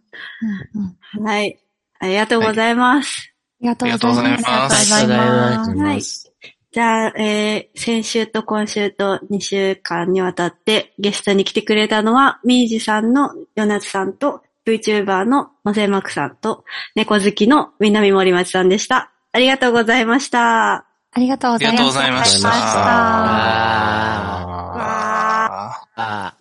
Speaker 4: うん
Speaker 1: はい。ありがとうございます。
Speaker 2: ありがとうございます。
Speaker 3: あり
Speaker 6: がとうございます
Speaker 5: ありがとうございます。
Speaker 1: じゃあ、えー、先週と今週と2週間にわたってゲストに来てくれたのは、ミージさんのヨナツさんと、VTuber の野瀬マクさんと、猫好きの南森町さんでした。ありがとうございました。
Speaker 4: ありがとうご
Speaker 3: あり
Speaker 4: ざい
Speaker 3: が
Speaker 4: ま
Speaker 3: とうご
Speaker 4: した
Speaker 3: ざいまし。
Speaker 5: ありがとうございましたあ
Speaker 3: あー
Speaker 5: ー
Speaker 6: あ